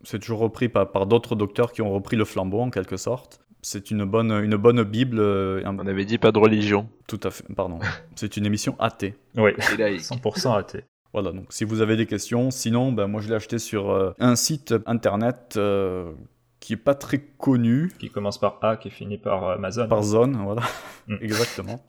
D: C'est toujours repris par, par d'autres docteurs qui ont repris le flambeau en quelque sorte. C'est une bonne, une bonne bible. euh, un-
C: On avait dit pas de religion.
D: tout à fait. Pardon. C'est une émission athée.
B: Ouais,
C: Et là, il-
B: 100% raté.
D: Voilà, donc si vous avez des questions, sinon, ben, moi je l'ai acheté sur euh, un site internet euh, qui est pas très connu
B: Qui commence par A, qui finit par euh, Amazon.
D: par zone, voilà,
B: Mm.
D: exactement.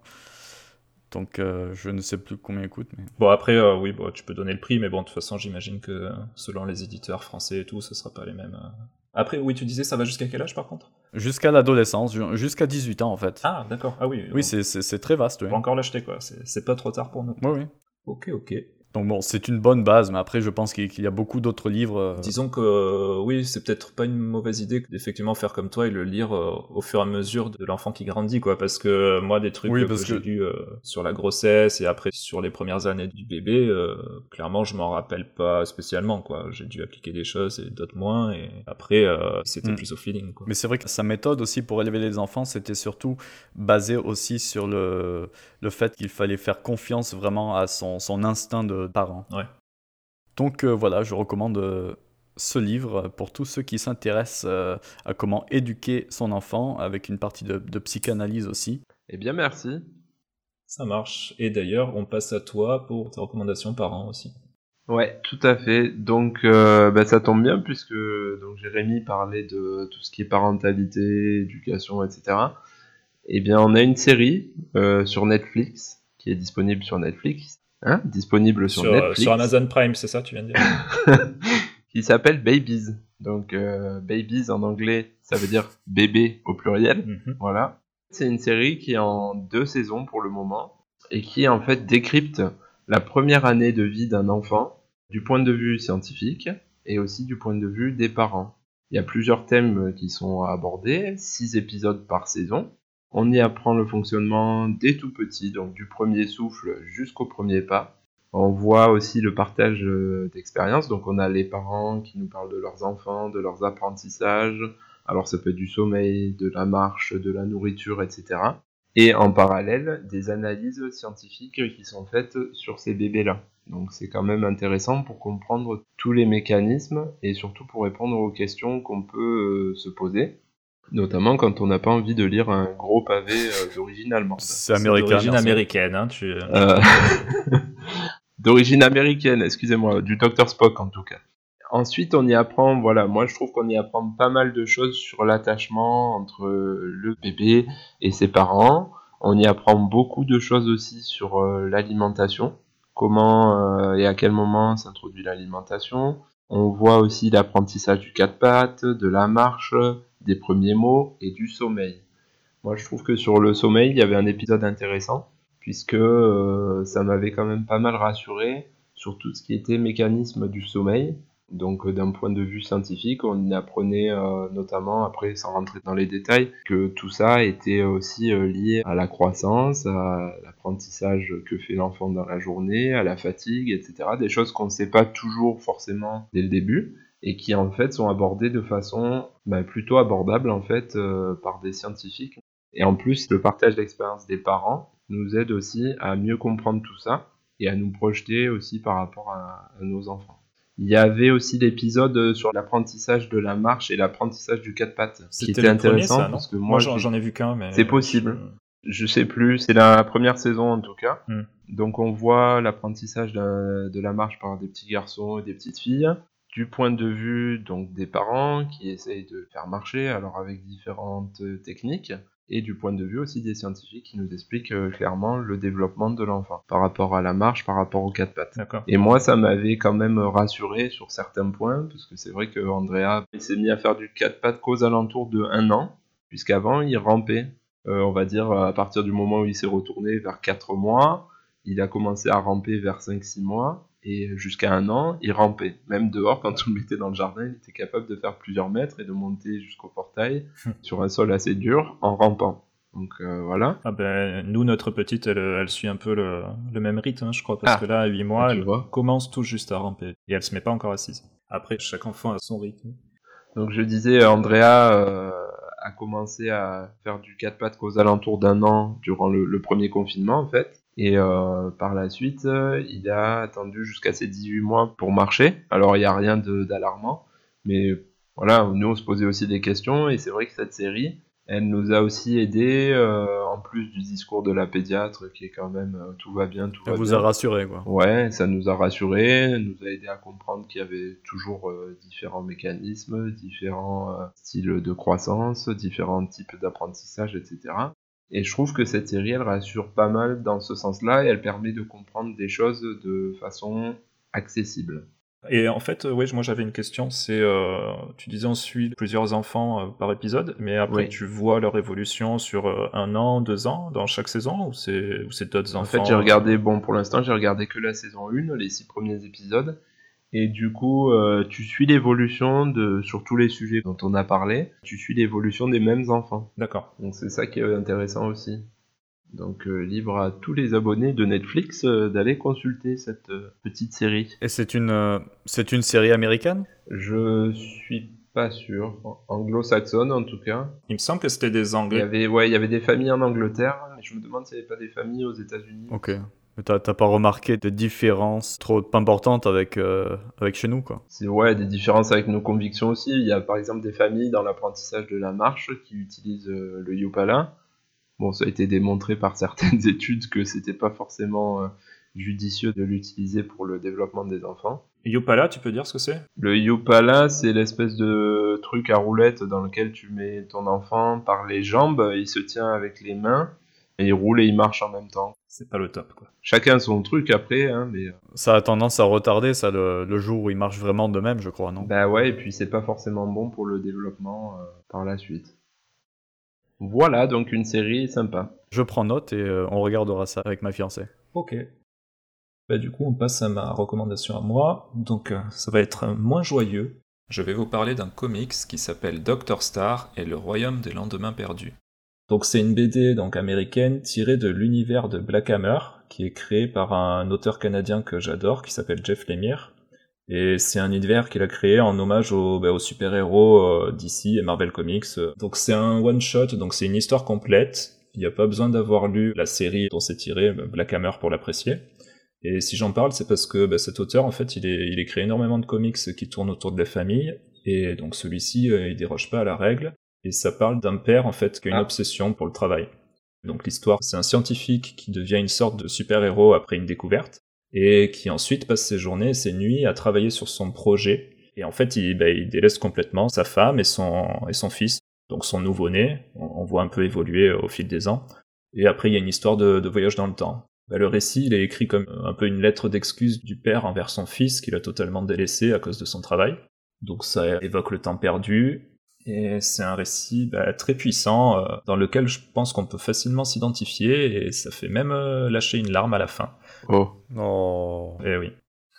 D: Donc euh, je ne sais plus combien il coûte, mais
B: Bon, après, euh, oui, bon, tu peux donner le prix, mais bon, de toute façon, j'imagine que euh, selon les éditeurs français et tout, ce sera pas les mêmes. euh. Après, oui, tu disais, ça va jusqu'à quel âge par contre
D: Jusqu'à l'adolescence, ju- jusqu'à 18 ans en fait.
B: Ah, d'accord. Ah oui.
D: oui,
B: donc,
D: c'est- c'est c'est très vaste.
B: on
D: Oui.
B: peut encore l'acheter, quoi. C'est c'est pas trop tard pour nous.
D: Oui, oui.
B: Ok, ok.
D: Donc bon, c'est une bonne base, mais après, je pense qu'il qu'il y a beaucoup d'autres livres. euh,
B: Disons que euh, oui, c'est peut-être pas une mauvaise idée d'effectivement faire comme toi et le lire euh, au fur et à mesure de l'enfant qui grandit, quoi. Parce que euh, moi, des trucs
D: Oui,
B: euh,
D: parce
B: que, j'ai
D: que-
B: lus euh, sur la grossesse et après sur les premières années du bébé, euh, clairement, je m'en rappelle pas spécialement, quoi. J'ai dû appliquer des choses et d'autres moins, et après, euh, c'était
D: Mm.
B: plus au feeling, quoi.
D: Mais c'est vrai que sa méthode aussi pour élever les enfants, c'était surtout basé aussi sur le, le fait qu'il fallait faire confiance vraiment à son, son instinct de parent.
B: Ouais.
D: Donc euh, voilà, je recommande euh, ce livre pour tous ceux qui s'intéressent euh, à comment éduquer son enfant, avec une partie de, de psychanalyse
B: Bah,
D: aussi.
C: Eh bien, merci.
B: Ça marche. Et d'ailleurs, on passe à toi pour tes recommandations parents aussi.
C: Ouais, tout à fait. Donc, euh, bah, ça tombe bien puisque donc Jérémy parlait de tout ce qui est parentalité, éducation, etc. Eh bien, on a une série euh, sur Netflix qui est disponible sur Netflix, hein, disponible sur,
B: Sur, euh,
C: Netflix,
B: sur Amazon Prime, c'est ça, tu viens de dire
C: qui s'appelle Babies. Donc, euh, Babies en anglais, ça veut dire bébé au pluriel.
B: Mhm.
C: Voilà. C'est une série qui est en deux saisons pour le moment et qui en fait décrypte la première année de vie d'un enfant du point de vue scientifique et aussi du point de vue des parents. Il y a plusieurs thèmes qui sont abordés, six épisodes par saison. On y apprend le fonctionnement des tout petits, donc du premier souffle jusqu'au premier pas. On voit aussi le partage euh, d'expériences, donc on a les parents qui nous parlent de leurs enfants, de leurs apprentissages, alors ça peut être du sommeil, de la marche, de la nourriture, etc. Et en parallèle, des analyses scientifiques qui sont faites sur ces bébés-là. Donc c'est quand même intéressant pour comprendre tous les mécanismes et surtout pour répondre aux questions qu'on peut euh, se poser, notamment quand on n'a pas envie de lire un gros pavé euh, d'origine allemande.
D: C'est américain.
B: D'origine
D: merci.
B: américaine, hein, tu...
C: Euh, d'origine américaine, excusez-moi, du Dr Spock en tout cas. Ensuite, on y apprend, voilà, moi je trouve qu'on y apprend pas mal de choses sur l'attachement entre le bébé et ses parents. On y apprend beaucoup de choses aussi sur euh, l'alimentation, comment euh, et à quel moment s'introduit l'alimentation. On voit aussi l'apprentissage du quatre pattes, de la marche, des premiers mots et du sommeil. Moi je trouve que sur le sommeil, il y avait un épisode intéressant puisque euh, ça m'avait quand même pas mal rassuré sur tout ce qui était mécanisme du sommeil. Donc euh, d'un point de vue scientifique, on apprenait euh, notamment, après sans rentrer dans les détails, que tout ça était aussi euh, lié à la croissance, à l'apprentissage que fait l'enfant dans la journée, à la fatigue, etc. Des choses qu'on ne sait pas toujours forcément dès le début et qui en fait sont abordées de façon bah, plutôt abordable en fait euh, par des scientifiques. Et en plus, le partage d'expérience des parents nous aide aussi à mieux comprendre tout ça et à nous projeter aussi par rapport à, à nos enfants. Il y avait aussi l'épisode sur l'apprentissage de la marche et l'apprentissage du quatre pattes, qui était
B: le
C: intéressant
B: premier, ça, non
C: parce que
B: moi,
C: moi,
B: j'en,
C: j'ai-
B: j'en ai vu qu'un, mais
C: C'est possible. je sais plus, c'est la première saison en tout cas.
B: Mm.
C: Donc on voit l'apprentissage de, de la marche par des petits garçons et des petites filles, du point de vue donc des parents qui essayent de faire marcher, alors avec différentes euh, techniques, et du point de vue aussi des scientifiques qui nous expliquent euh, clairement le développement de l'enfant par rapport à la marche, par rapport aux quatre pattes.
B: D'accord.
C: Et moi, ça m'avait quand même rassuré sur certains points, parce que c'est vrai que Andrea il s'est mis à faire du 4 pattes qu'aux alentours de 1 an, puisqu'avant, il rampait. Euh, on va dire, à partir du moment où il s'est retourné vers 4 mois, il a commencé à ramper vers 5-6 mois, et jusqu'à un an, il rampait. Même dehors, quand on le mettait dans le jardin, il était capable de faire plusieurs mètres et de monter jusqu'au portail sur un sol assez dur en rampant. Donc euh, voilà.
B: Ah ben, nous, notre petite, elle, euh, elle suit un peu le, le même rythme, hein, je crois, parce
C: Ah.
B: que là, à 8 mois,
C: Tu
B: elle
C: vois.
B: commence tout juste à ramper. Et elle se met pas encore assise. Après, chaque enfant a son rythme.
C: Donc je disais, Andrea euh, a commencé à faire du 4 pattes qu'aux alentours d'un an durant le, le premier confinement en fait. Et euh, par la suite, euh, il a attendu jusqu'à ses 18 mois pour marcher. Alors il n'y a rien de- d'alarmant, mais voilà, nous on se posait aussi des questions et c'est vrai que cette série, elle nous a aussi aidé en plus du discours de la pédiatre qui est quand même euh, tout va bien, tout
D: Ça
C: va
D: vous
C: bien.
D: a rassuré, quoi.
C: Ouais, ça nous a rassurés, nous a aidé à comprendre qu'il y avait toujours euh, différents mécanismes, différents euh, styles de croissance, différents types d'apprentissage, etc. Et je trouve que cette série, elle rassure pas mal dans ce sens-là et elle permet de comprendre des choses de façon accessible.
B: Et en fait, euh, ouais, moi j'avais une question, c'est, euh, tu disais on suit plusieurs enfants euh, par épisode, mais après
C: Oui.
B: tu vois leur évolution sur euh, un an, deux ans, dans chaque saison, ou c'est ou c'est d'autres
C: En
B: enfants euh,
C: fait, j'ai regardé, bon, pour l'instant, j'ai regardé que la saison 1, les six premiers épisodes. Et du coup, euh, tu suis l'évolution de, sur tous les sujets dont on a parlé, tu suis l'évolution des mêmes enfants.
B: D'accord.
C: Donc c'est ça qui est intéressant aussi. Donc euh, libre à tous les abonnés de Netflix euh, d'aller consulter cette euh, petite série.
D: Et c'est une, euh, c'est une série américaine
C: Je suis pas sûr. En- Anglo-saxonne en tout cas.
B: Il me semble que c'était des
C: Il y
B: Anglais.
C: avait, ouais, il y avait des familles en Angleterre, mais je me demande s'il n'y avait pas des familles aux États-Unis.
D: Ok. Mais t'as t'as pas remarqué de différence trop importante avec, euh, avec chez nous, quoi.
C: C'est ouais, des différences avec nos convictions aussi. Il y a par exemple des familles dans l'apprentissage de la marche qui utilisent euh, le Yopala. Bon, ça a été démontré par certaines études que c'était pas forcément euh, judicieux de l'utiliser pour le développement des enfants.
B: Yopala, tu peux dire ce que c'est
C: Le Yopala, c'est l'espèce de truc à roulette dans lequel tu mets ton enfant par les jambes, il se tient avec les mains, et il roule et il marche en même temps.
B: C'est pas le top, quoi.
C: Chacun son truc après, hein, mais
D: Ça a tendance à retarder, ça, le, le jour où ils marchent vraiment de même, je crois, non
C: Bah ouais, et puis c'est pas forcément bon pour le développement euh, par la suite. Voilà donc une série sympa.
D: Je prends note et euh, on regardera ça avec ma fiancée.
B: Ok. Bah, du coup, on passe à ma recommandation à moi. Donc, euh, ça va être euh, moins joyeux. Je vais vous parler d'un comics qui s'appelle Doctor Star et le royaume des lendemains perdus. Donc, c'est une BD donc américaine tirée de l'univers de Black Hammer, qui est créé par un auteur canadien que j'adore, qui s'appelle Jeff Lemire. Et c'est un univers qu'il a créé en hommage aux, bah, aux super-héros euh, DC et Marvel Comics. Donc c'est un one-shot, donc c'est une histoire complète. Il n'y a pas besoin d'avoir lu la série dont c'est tiré, bah, Black Hammer, pour l'apprécier. Et si j'en parle, c'est parce que bah, cet auteur, en fait, il, est, il écrit énormément de comics qui tournent autour de la famille. Et donc celui-ci, euh, il déroge pas à la règle. Et ça parle d'un père, en fait, qui a une
C: Ah.
B: obsession pour le travail. Donc l'histoire, c'est un scientifique qui devient une sorte de super-héros après une découverte et qui ensuite passe ses journées et ses nuits à travailler sur son projet. Et en fait, il, bah, il délaisse complètement sa femme et son, et son fils, donc son nouveau-né. On, on voit un peu évoluer euh, au fil des ans. Et après, il y a une histoire de, de voyage dans le temps. Bah, le récit, il est écrit comme euh, un peu une lettre d'excuse du père envers son fils qu'il a totalement délaissé à cause de son travail. Donc ça évoque le temps perdu. Et c'est un récit bah, très puissant euh, dans lequel je pense qu'on peut facilement s'identifier et ça fait même euh, lâcher une larme à la fin.
C: Oh.
D: Oh.
B: Eh oui.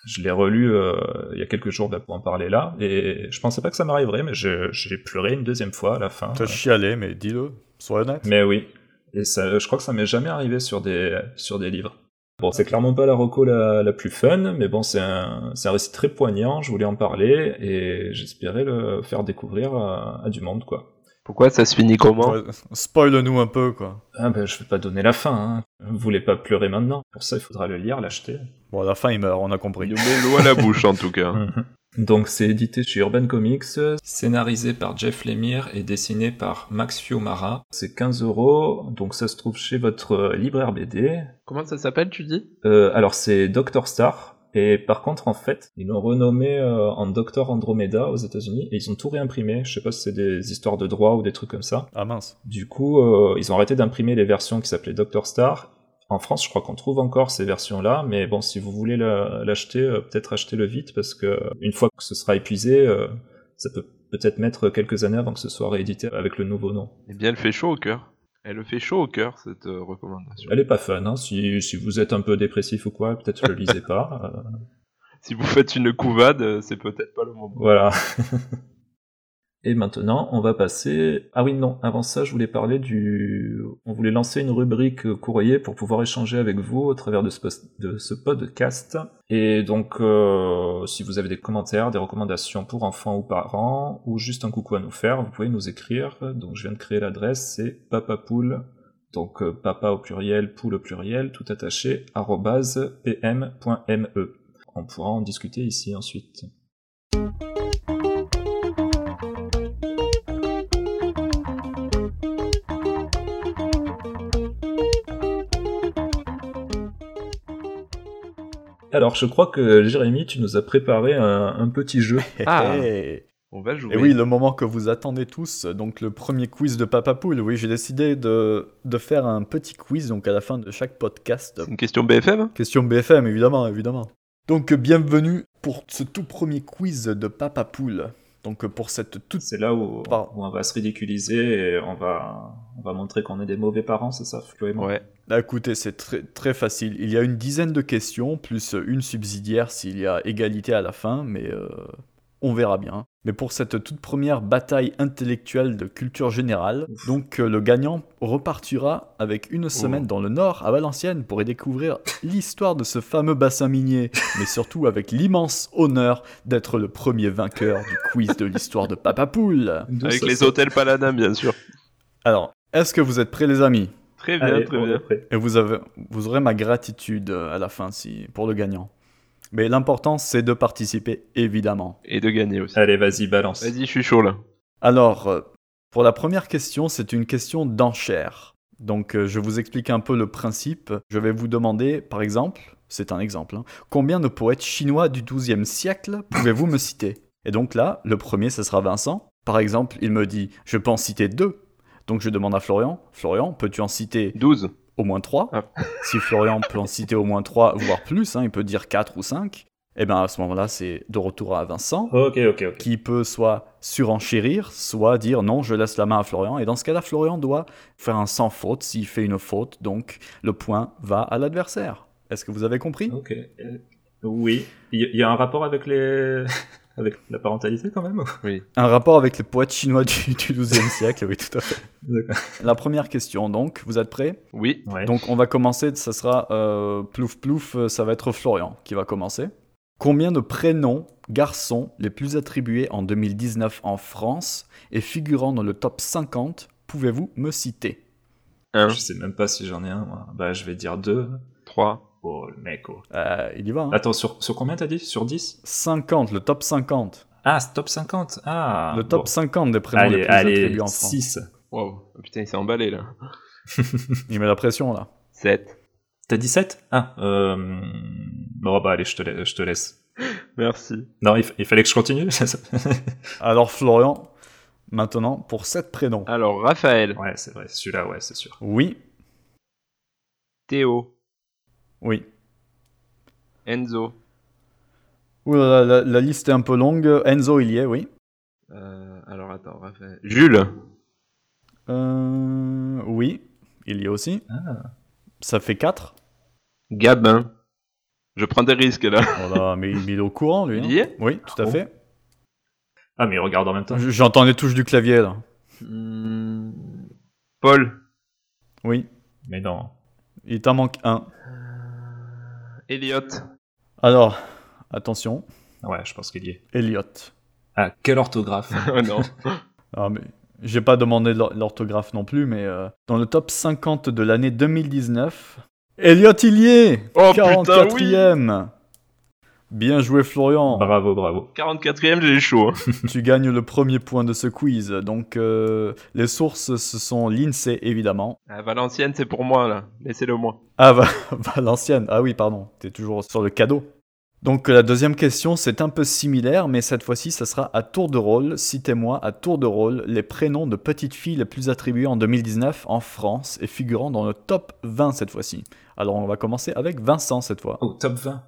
B: Je l'ai relu euh, il y a quelques jours bah, pour en parler là, et je pensais pas que ça m'arriverait, mais je- j'ai pleuré une deuxième fois à la fin.
D: T'as chialé, mais dis-le, sois honnête.
B: Mais oui. Et ça, je crois que ça m'est jamais arrivé sur des, sur des livres. Bon, c'est clairement pas la reco la, la plus fun, mais bon, c'est un, c'est un récit très poignant, je voulais en parler, et j'espérais le faire découvrir à, à du monde, quoi.
C: Pourquoi ça se finit comment
D: Ouais, Spoil-nous un peu, quoi.
B: Ah ben, je vais pas donner la fin, hein. Vous voulez pas pleurer maintenant. Pour ça, il faudra le lire, l'acheter.
D: Bon, à la fin, il meurt, on a compris.
C: Il nous met l'eau à la bouche en tout cas.
B: Mhm. Donc c'est édité chez Urban Comics, scénarisé par Jeff Lemire et dessiné par Max Fiumara. C'est 15 euros, donc ça se trouve chez votre euh, libraire BD.
C: Comment ça s'appelle tu dis
B: Euh, alors c'est Doctor Star, et par contre en fait, ils l'ont renommé euh, en Doctor Andromeda aux États-Unis, et ils ont tout réimprimé. Je sais pas si c'est des histoires de droit ou des trucs comme ça.
D: Ah mince.
B: Du coup, euh, ils ont arrêté d'imprimer les versions qui s'appelaient Doctor Star. En France, je crois qu'on trouve encore ces versions-là, mais bon, si vous voulez la- l'acheter, euh, peut-être achetez-le vite parce que euh, une fois que ce sera épuisé, euh, ça peut peut-être mettre quelques années avant que ce soit réédité avec le nouveau nom.
C: Eh bien, elle fait chaud au cœur. Elle fait chaud au cœur cette euh, recommandation.
B: Elle est pas fun, hein. Si, si vous êtes un peu dépressif ou quoi, peut-être le lisez pas. euh,
C: Si vous faites une couvade, euh, c'est peut-être pas le moment.
B: voilà. Et maintenant, on va passer. Ah oui, non. Avant ça, je voulais parler du. On voulait lancer une rubrique euh, courrier pour pouvoir échanger avec vous au travers de ce, pos- de ce podcast. Et donc, euh, si vous avez des commentaires, des recommandations pour enfants ou parents, ou juste un coucou à nous faire, vous pouvez nous écrire. Donc, je viens de créer l'adresse, c'est papapoule. Donc, euh, papa au pluriel, poule au pluriel, tout attaché, arrobase pm.me. E. On pourra en discuter ici ensuite. Alors, je crois que Jérémy, tu nous as préparé un, un petit jeu.
C: Ah.
D: Hey.
C: On va jouer.
D: Eh. Et oui, le moment que vous attendez tous, donc le premier quiz de Papa Poule. Oui, j'ai décidé de, de faire un petit quiz donc à la fin de chaque podcast.
C: C'est une question BFM
D: Question BFM, évidemment, évidemment. Donc bienvenue pour ce tout premier quiz de Papa Poule. Donc euh, pour cette toute...
B: C'est là où,
D: Pardon.
B: où on va se ridiculiser et on va, on va montrer qu'on est des mauvais parents, c'est ça, Flo et moi
C: Ouais.
D: Ah, Écoutez, c'est très, très facile. Il y a une dizaine de questions, plus euh, une subsidiaire s'il y a égalité à la fin, mais euh, on verra bien. Mais pour cette toute première bataille intellectuelle de culture générale, donc euh, le gagnant repartira avec une semaine dans le nord, à Valenciennes, pour y découvrir l'histoire de ce fameux bassin minier, mais surtout avec l'immense honneur d'être le premier vainqueur du quiz de l'histoire de Papa Poule.
B: D'où
C: Avec
B: ça
C: les
B: sort.
C: hôtels Paladin, bien sûr.
D: Alors, est-ce que vous êtes prêts les amis
C: Très bien,
B: Allez,
C: très
B: on est
C: bien.
B: prêt.
D: Et vous, avez, vous aurez ma gratitude euh, à la fin si, pour le gagnant. Mais l'important, c'est de participer, évidemment.
C: Et de gagner aussi.
B: Allez, vas-y, balance.
C: Vas-y, je suis chaud là.
D: Alors, euh, pour la première question, c'est une question d'enchère. Donc, euh, je vous explique un peu le principe. Je vais vous demander, par exemple, c'est un exemple, hein, combien de poètes chinois du XIIe siècle pouvez-vous me citer Et donc là, le premier, ce sera Vincent. Par exemple, il me dit, je peux en citer deux. Donc, je demande à Florian, Florian, peux-tu en citer
C: 12.
D: au moins 3.
C: Ah.
D: Si Florian peut en citer au moins 3, voire plus, hein, il peut dire 4 ou 5. Et bien à ce moment-là, c'est de retour à Vincent,
B: Ok, ok, ok.
D: qui peut soit surenchérir, soit dire non, je laisse la main à Florian. Et dans ce cas-là, Florian doit faire un sans faute. S'il fait une faute, donc le point va à l'adversaire. Est-ce que vous avez compris
B: Ok. Euh, oui. Il y, il y a un rapport avec les. avec la parentalité quand même ou-
D: Un rapport avec les poètes chinois du, du 12e siècle, oui, tout à fait.
B: D'accord.
D: La première question, donc, vous êtes prêts
C: Oui.
B: Ouais.
D: Donc on va commencer, ça sera euh, plouf plouf, euh, ça va être Florian qui va commencer. Combien de prénoms garçons les plus attribués en 2019 en France et figurant dans le top 50 pouvez-vous me citer
C: 1,
B: Je sais même pas si j'en ai un, moi. Bah, je vais dire deux.
C: 3.
B: Oh, le mec, oh.
D: Euh, Il y va. hein.
B: Attends, sur, sur combien t'as dit Sur 10
D: 50, le top 50.
B: Ah, c'est top 50 Ah
D: le top
B: bon.
D: 50 des prénoms
B: Allez,
D: les plus
B: allez,
D: attribués en France.
B: 6.
C: Wow. Oh, putain, il s'est emballé là.
D: Il met la pression là.
C: 7.
B: T'as 17 Ah, euh... Bon, bah allez, je te, la- je te laisse.
C: Merci.
B: Non, il, fa- il fallait que je continue
D: Alors Florian, maintenant pour 7 prénoms.
B: Ah.
C: Alors, Raphaël,
B: Ouais, c'est vrai, celui-là, ouais, c'est sûr.
D: Oui,
C: Théo,
D: oui.
C: Enzo,
D: Ouh là là, la, la liste est un peu longue. Enzo, il y est, oui.
C: Euh, alors attends, Raphaël. Jules.
D: Euh, oui, il y a aussi. Ça fait 4.
C: Gabin. Je prends des risques là.
D: Voilà, mais il il est au courant, lui. hein.
C: Il y est
D: Oui, tout à
B: Oh.
D: fait.
B: Ah, mais il regarde en même temps.
D: J- J'entends les touches du clavier, là.
C: Hmm, Paul.
D: Oui,
B: Mais non.
D: il t'en manque un.
C: Elliot.
D: Alors, attention,
B: Ouais, je pense qu'il y est.
D: Elliot.
B: Ah, quelle orthographe
C: Oh non.
D: Ah, mais j'ai pas demandé l'or- l'orthographe non plus, mais euh, dans le top 50 de l'année 2019, Elliot, il y est
C: Oh, putain,
D: 44e Bien joué, Florian.
B: Bravo, bravo.
C: 44ème, j'ai chaud. hein.
D: Tu gagnes le premier point de ce quiz. Donc, euh, les sources, ce sont l'INSEE, évidemment.
C: Ah, Valenciennes, c'est pour moi là. Laissez-le moi.
D: Ah, Va- Valenciennes. Ah oui, pardon. T'es toujours sur le cadeau. Donc, euh, la deuxième question, c'est un peu similaire, mais cette fois-ci, ça sera à tour de rôle. Citez-moi, à tour de rôle, les prénoms de petites filles les plus attribuées en 2019 en France et figurant dans le top 20 cette fois-ci. Alors, on va commencer avec Vincent cette fois.
B: Oh, top 20.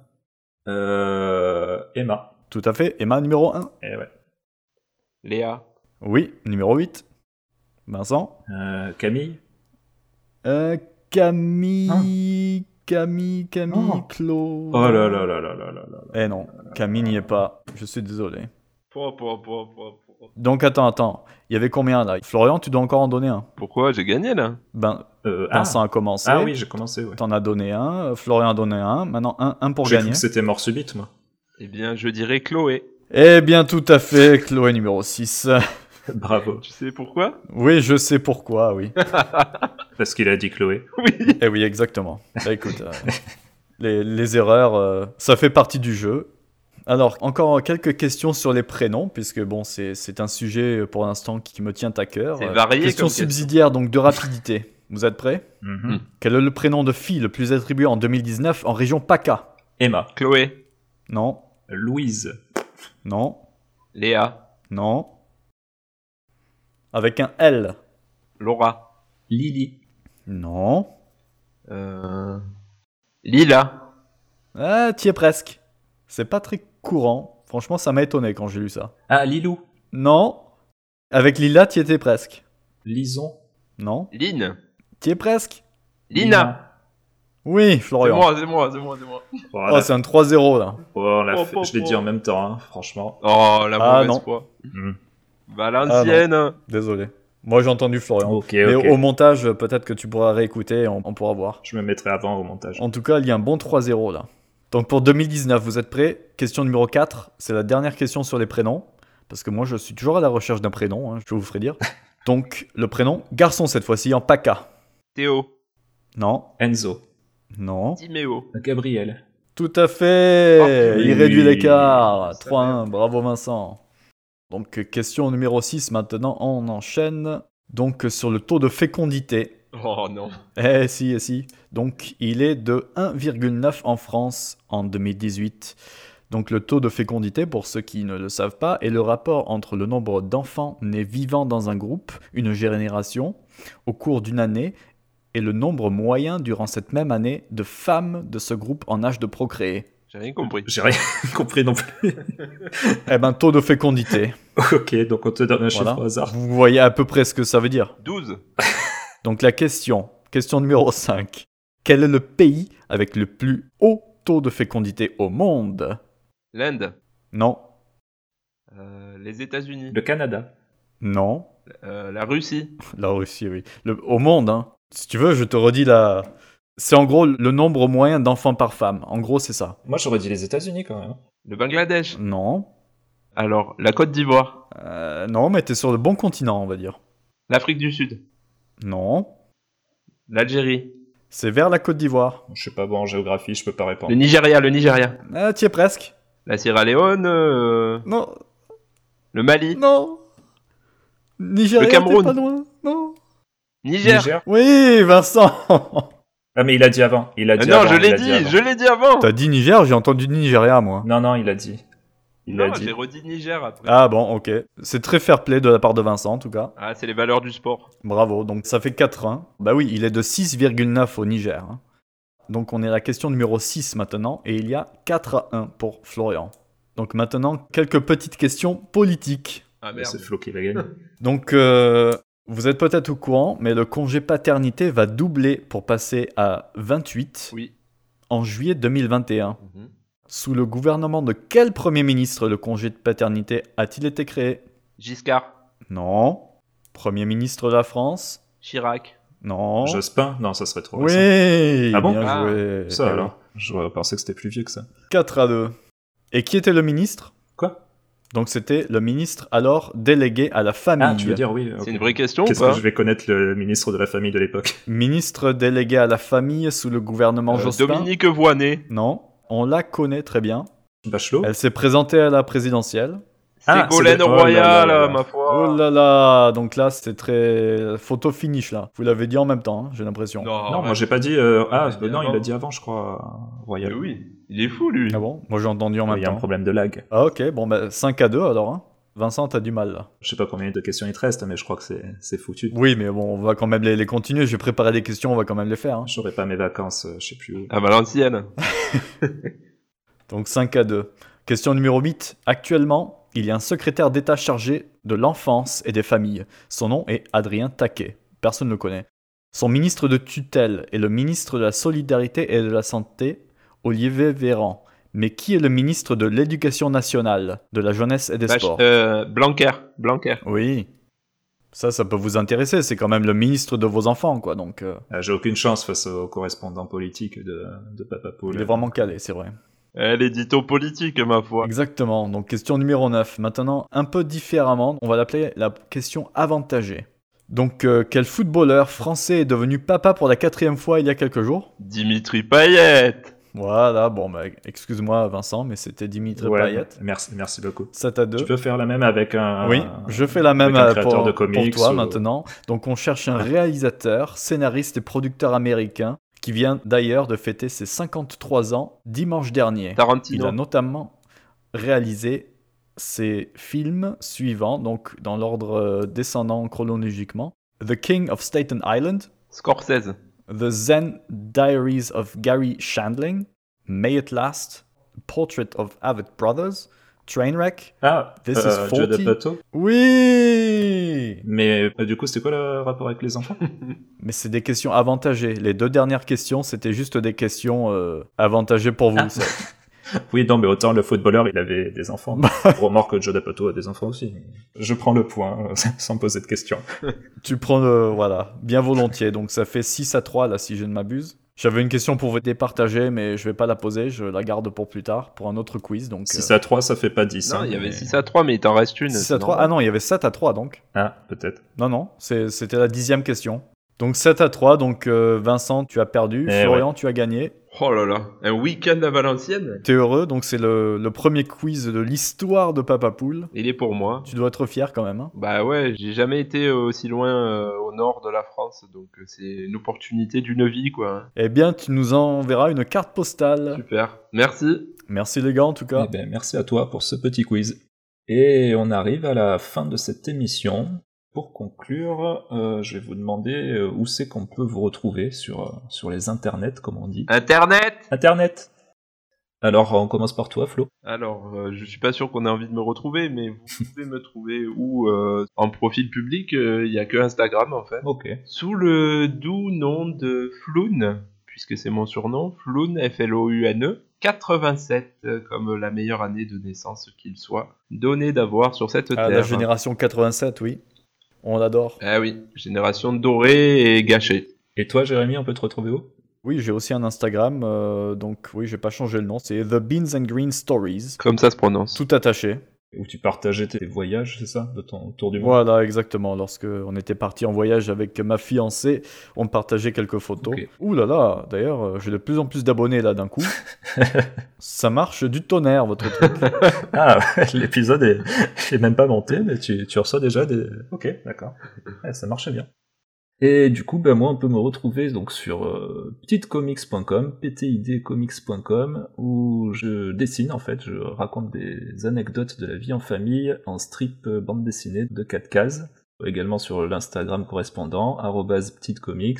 B: Euh... Emma.
D: Tout à fait. Emma, numéro 1.
B: Eh ouais.
C: Léa.
D: Oui, numéro 8. Vincent.
B: Euh, Camille
D: Euh, Camille. Camille, Camille,
B: Ah. Oh.
D: Claude.
B: Oh là là là là là là là.
D: Eh non, Camille n'y est pas. Je suis désolé.
C: Pour, pour, pour, pour, pour.
D: Donc attends, attends. Il y avait combien là Florian, tu dois encore en donner un.
C: Pourquoi J'ai gagné là.
D: Ben,
B: Euh, ah.
D: Vincent a commencé.
B: Ah oui, j'ai commencé, ouais.
D: T'en as donné un. euh, Florian a donné un. Maintenant, un, un pour
B: J'ai
D: gagner.
B: cru que c'était mort subite, moi.
C: Eh bien, je dirais Chloé.
D: Eh bien, tout à fait. Chloé numéro 6.
B: Bravo.
C: Tu sais pourquoi
D: oui, je sais pourquoi, oui.
B: Parce qu'il a dit Chloé.
C: Oui.
D: eh oui, exactement. Bah, écoute, euh, les, les erreurs, euh, ça fait partie du jeu. Alors, encore quelques questions sur les prénoms, puisque bon, c'est c'est un sujet euh, pour l'instant qui me tient à cœur.
C: C'est
D: Euh,
C: varié
D: Question
C: comme question.
D: subsidiaire, donc de rapidité. Vous êtes prêts
B: Mhm.
D: Quel est le prénom de fille le plus attribué en 2019 en région PACA
B: Emma.
C: Chloé.
D: Non,
B: Louise.
D: non,
C: Léa.
D: non. Avec un L
C: Laura.
B: Lily.
D: Non.
C: Euh... Lila.
D: Ah, t'y es presque. C'est pas très courant. Franchement, ça m'a étonné quand j'ai lu ça.
B: Ah, Lilou.
D: Non. Avec Lila, t'y étais presque.
B: Lison.
D: Non.
C: Lynn
D: T'y es presque.
C: Lina
D: Oui,
C: C'est
D: Florian.
C: moi, c'est moi, c'est moi, c'est moi.
B: Oh,
D: Oh, c'est un 3-0 là.
B: la-
C: Oh, oh,
B: je l'ai dit en même temps, hein, franchement.
C: Oh, la
D: Ah, non. Ah,
C: mauvaise foi.
B: Hmm.
C: Valenciennes
D: Désolé. Moi, j'ai entendu Florian.
B: Ok,
D: Mais
B: ok.
D: au montage, peut-être que tu pourras réécouter et on, on pourra voir.
B: Je me mettrai avant au montage.
D: En tout cas, il y a un bon 3-0 là. Donc pour 2019, vous êtes prêts Question numéro 4, c'est la dernière question sur les prénoms. Parce que moi, je suis toujours à la recherche d'un prénom, hein, je vous ferai dire. Donc, le prénom garçon cette fois-ci en PACA.
C: Théo,
D: Non,
B: Enzo.
D: non.
C: Timéo.
B: Euh, Gabriel.
D: Tout à fait
C: Oh,
D: Il
B: oui.
D: réduit l'écart.
C: Ça
D: 3-1, bravo Vincent. Donc, question numéro 6 maintenant, on enchaîne. Donc, sur le taux de fécondité.
C: Oh non.
D: Eh si, eh si. Donc il est de 1,9 en France en 2018. Donc le taux de fécondité, pour ceux qui ne le savent pas, est le rapport entre le nombre d'enfants nés vivants dans un groupe, une génération, au cours d'une année, et le nombre moyen durant cette même année de femmes de ce groupe en âge de procréer.
C: J'ai rien compris.
B: J'ai rien compris non plus.
D: Eh ben, taux de fécondité.
B: ok, donc on te donne un
D: Voilà.
B: chiffre au hasard.
D: Vous voyez à peu près ce que ça veut dire.
C: 12.
D: Donc la question, question numéro 5. Quel est le pays avec le plus haut taux de fécondité au monde
C: L'Inde.
D: Non,
C: Euh, les États-Unis.
B: Le Canada.
D: non,
C: Euh, la Russie.
D: la Russie, oui. Le- au monde, hein. Si tu veux, je te redis la... C'est en gros le nombre moyen d'enfants par femme. En gros, c'est ça.
B: Moi, j'aurais dit les États-Unis quand même.
C: Le Bangladesh.
D: Non.
C: Alors, la Côte d'Ivoire.
D: Euh, non, mais t'es sur le bon continent, on va dire.
C: L'Afrique du Sud.
D: Non.
C: L'Algérie.
D: C'est vers la Côte d'Ivoire.
B: Je suis pas bon en géographie, je peux pas répondre.
C: Le Nigeria, le Nigeria.
D: Ah, t'y es presque.
C: La Sierra Leone. euh,
D: Non,
C: le Mali.
D: non. Nigeria,
C: Le
D: t'es
C: Cameroun.
D: pas loin. Non.
C: Niger.
B: Niger
D: Oui, Vincent.
B: Ah, mais il a dit avant. Il a
C: Ah
B: dit
C: non,
B: avant,
C: je
B: il
C: l'ai
B: a
C: dit,
B: avant.
C: je l'ai dit avant.
D: T'as dit Niger, j'ai entendu Nigeria, moi.
B: Non, non, il a dit. Il a
C: Non,
B: dit.
C: j'ai redit Niger après. Ah,
D: Ah bon, ok. C'est très fair play de la part de Vincent, en tout cas.
C: c'est les valeurs du sport.
D: Bravo, donc ça fait 4-1. Bah oui, il est de 6,9 au Niger. hein. Donc on est à la question numéro 6 maintenant, et il y a 4 à 1 pour Florian. Donc maintenant, quelques petites questions politiques.
C: Ah
B: Mais
C: merde.
B: C'est Flo qui va gagner.
D: Donc euh, vous êtes peut-être au courant, mais le congé paternité va doubler pour passer à 28
C: Oui.
D: en juillet 2021.
C: Mhm.
D: Sous le gouvernement de quel Premier ministre le congé de paternité a-t-il été créé
C: Giscard.
D: Non. Premier ministre de la France
C: Chirac.
D: Non.
B: Jospin Non, ça serait trop récent.
D: Oui,
B: Ah bon
D: bien
C: Ah,
D: joué.
B: Ça alors. J'aurais pensé que c'était plus vieux que ça.
D: 4 à 2. Et qui était le ministre
B: Quoi
D: Donc c'était le ministre alors délégué à la famille.
B: Ah, tu veux dire oui. ok.
C: C'est une vraie hein. question ou
B: Qu'est-ce
C: pas
B: que je vais connaître le ministre de la famille de l'époque
D: Ministre délégué à la famille sous le gouvernement
C: Euh,
D: Jospin.
C: Dominique Voinet.
D: Non, on la connaît très bien.
B: Bachelot
D: Elle s'est présentée à la présidentielle.
B: Ah, c'est
C: Ségolène
B: des- oh là
C: Royal,
B: là là.
C: ma foi.
D: Oh là là, donc là c'était très photo finish là. Vous l'avez dit en même temps, hein, j'ai l'impression.
C: Non,
B: Non, moi
C: arrête.
B: j'ai pas dit. euh, Ah,
C: Il a
B: bah
C: dit
B: non, il
C: avant.
B: a dit avant, je crois. euh,
C: Mais
B: Royal.
C: oui, il est fou lui.
D: Ah bon Moi j'ai entendu en
B: Il
D: même
B: y a un
D: temps.
B: problème de lag.
D: Ah ok, bon bah 5 à 2 alors. hein. Vincent, t'as du mal là.
B: Je sais pas combien de questions il te reste, mais je crois que c'est- c'est foutu.
D: Oui, mais bon, on va quand même les, les continuer. J'ai préparé des questions, on va quand même les faire. hein.
B: J'aurais pas mes vacances, euh, je sais plus où.
C: À Ah, Valenciennes.
D: Donc 5 à 2. Question numéro 8. Actuellement, il y a un secrétaire d'État chargé de l'enfance et des familles. Son nom est Adrien Taquet. Personne ne le connaît. Son ministre de tutelle est le ministre de la Solidarité et de la Santé, Olivier Véran. Mais qui est le ministre de l'Éducation nationale, de la Jeunesse et des
C: Bach-
D: Sports
C: euh, Blanquer. Blanquer.
D: Oui. Ça, ça peut vous intéresser. C'est quand même le ministre de vos enfants, quoi. Donc, euh,
B: Euh, J'ai aucune chance face au correspondant politique de, de Papa Paul.
D: il est vraiment calé, c'est vrai.
C: Elle est dito Euh, politique, ma foi.
D: Exactement. Donc question numéro 9. Maintenant, un peu différemment, on va l'appeler la question avantagée. Donc, euh, quel footballeur français est devenu papa pour la quatrième fois il y a quelques jours
C: Dimitri Payet.
D: Voilà, bon, bah, excuse-moi Vincent, mais c'était Dimitri
B: Ouais,
D: Payet.
B: Merci, merci beaucoup.
D: 7 à 2.
B: Tu peux faire la même avec un.
D: Oui, je fais la même
B: un
D: euh,
B: créateur
D: pour,
B: de
D: pour
B: comics
D: toi
B: ou-
D: maintenant. Donc on cherche un réalisateur, scénariste et producteur américain qui vient d'ailleurs de fêter ses 53 ans dimanche dernier. Il
C: Tarantino.
D: a notamment réalisé ses films suivants, donc dans l'ordre euh, descendant chronologiquement. The King of Staten Island,
C: Scorsese.
D: The Zen Diaries of Gary Shandling, May It Last, Portrait of Avid Brothers, Trainwreck.
B: Ah,
D: This is
B: euh, Judd
D: 40.
B: Apatow.
D: Oui
B: Mais euh, du coup, c'était quoi le rapport avec les enfants
D: Mais c'est des questions avantagées. Les deux dernières questions, c'était juste des questions euh, avantagées pour vous. ça.
B: Oui, non, mais autant le footballeur, il avait des enfants.
D: Bah.
B: Remarque que Judd Apatow a des enfants aussi. Je prends le point, euh, sans poser de questions.
D: Tu prends le. Voilà, bien volontiers. Donc ça fait 6 à 3 là, si je ne m'abuse. J'avais une question pour vous départager, mais je vais pas la poser. Je la garde pour plus tard, pour un autre quiz. Donc, euh,
B: 6 à 3, ça fait pas 10.
C: Non,
B: hein,
C: il y avait
B: mais-
C: 6 à 3, mais il t'en reste une.
D: six à
C: sinon.
D: trois. Ah non, il y avait 7 à 3 donc.
B: Ah, peut-être.
D: Non, non, c'est- c'était la dixième question. Donc 7 à 3, donc euh, Vincent, tu as perdu,
B: Eh
D: Florian, tu as gagné.
C: Oh là là, un week-end à Valenciennes
D: T'es heureux, donc c'est le, le premier quiz de l'histoire de Papa Poule.
C: Il est pour moi.
D: Tu dois être fier quand même. hein.
C: Bah ouais, j'ai jamais été aussi loin euh, au nord de la France, donc euh, c'est une opportunité d'une vie, quoi. hein.
D: Eh bien, tu nous enverras une carte postale.
C: Super. Merci.
D: Merci les gars, en tout cas.
B: Eh ben, merci à toi pour ce petit quiz. Et on arrive à la fin de cette émission. Pour conclure, euh, je vais vous demander euh, où c'est qu'on peut vous retrouver sur, euh, sur les internets, comme on dit.
C: Internet
B: Internet Alors, on commence par toi, Flo.
C: Alors, euh, je suis pas sûr qu'on ait envie de me retrouver, mais vous pouvez me trouver où euh, en profil public, euh, il y a que Instagram en fait.
B: Ok.
C: Sous le doux nom de Floun, puisque c'est mon surnom, Floun, F-L-O-U-N-E, 87, E, euh, comme la meilleure année de naissance qu'il soit, donnée d'avoir sur cette
D: Ah,
C: terre. hein.
D: la génération 87, oui. On l'adore.
C: Ah oui, génération dorée et gâchée.
B: Et toi, Jérémy, on peut te retrouver où
D: Oui, j'ai aussi un Instagram, euh, donc oui, j'ai pas changé le nom. C'est The Beans and Green Stories.
C: Comme ça se prononce.
D: Tout attaché.
B: Où tu partageais tes voyages, c'est ça De ton tour du monde
D: Voilà, exactement. Lorsque on était parti en voyage avec ma fiancée, on partageait quelques photos.
B: Ok.
D: Ouh là là, d'ailleurs, euh, j'ai de plus en plus d'abonnés là d'un coup. Ça marche du tonnerre, votre truc.
B: Ah, l'épisode est... je l'ai même pas monté, mais tu, tu reçois déjà des... Ok, d'accord. Ouais, ça marchait bien. Et du coup, ben moi, on peut me retrouver donc sur euh, petitecomics.com, ptidcomics.com, où je dessine en fait, je raconte des anecdotes de la vie en famille en strip euh, bande dessinée de 4 cases, également sur l'Instagram correspondant, arrobase petitecomics,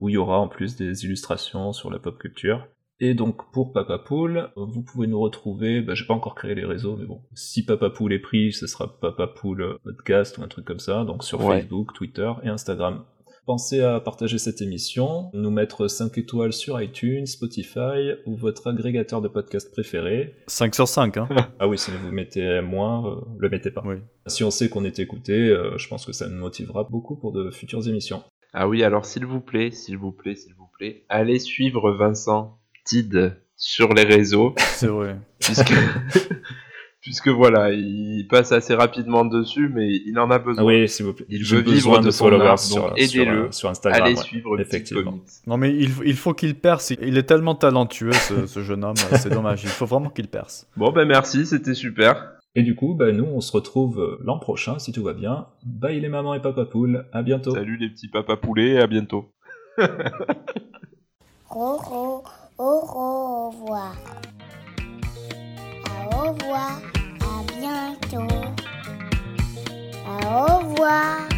B: où il y aura en plus des illustrations sur la pop culture. Et donc pour Papa Poule, vous pouvez nous retrouver, bah, j'ai pas encore créé les réseaux, mais bon, si Papa Poule est pris, ce sera Papa Poule Podcast ou un truc comme ça, donc sur
C: Ouais.
B: Facebook, Twitter et Instagram. Pensez à partager cette émission, nous mettre 5 étoiles sur iTunes, Spotify ou votre agrégateur de podcast préféré.
D: 5 sur 5, hein.
B: Ah oui, si vous mettez moins, euh, le mettez pas.
D: Oui.
B: Si on sait qu'on est écouté, euh, je pense que ça nous motivera beaucoup pour de futures émissions.
C: Ah oui, alors s'il vous plaît, s'il vous plaît, s'il vous plaît, allez suivre Vincent Tid sur les réseaux,
D: C'est vrai.
C: puisque, puisque voilà, il passe assez rapidement dessus, mais il en a besoin.
B: Ah oui, s'il vous plaît.
C: Il
B: J'ai
C: veut vivre
B: besoin
C: de
B: de
C: son art,
B: followers
C: donc
B: sur, sur,
C: aidez-le.
B: euh, sur Instagram.
C: allez
B: ouais.
C: suivre Petit
B: effectivement.
C: Comics.
D: Non, mais il, il faut qu'il perce. Il est tellement talentueux, ce, ce jeune homme. C'est dommage. Il faut vraiment qu'il perce.
C: Bon ben merci, c'était super.
B: Et du coup, bah, nous, on se retrouve euh, l'an prochain, si tout va bien. Bye les mamans et papa poule, à bientôt.
C: Salut les petits papas poulets et à bientôt.
A: Au, re- au, re- au revoir. À au revoir, à bientôt. À au revoir.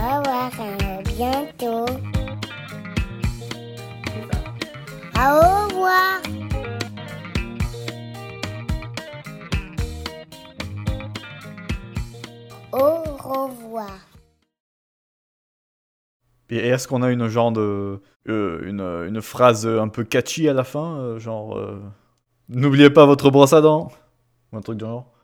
A: À au revoir, à bientôt. À au revoir. Au revoir.
D: Et est-ce qu'on a une genre de. euh, une, une phrase un peu catchy à la fin euh, Genre. euh, N'oubliez pas votre brosse à dents Ou un truc du genre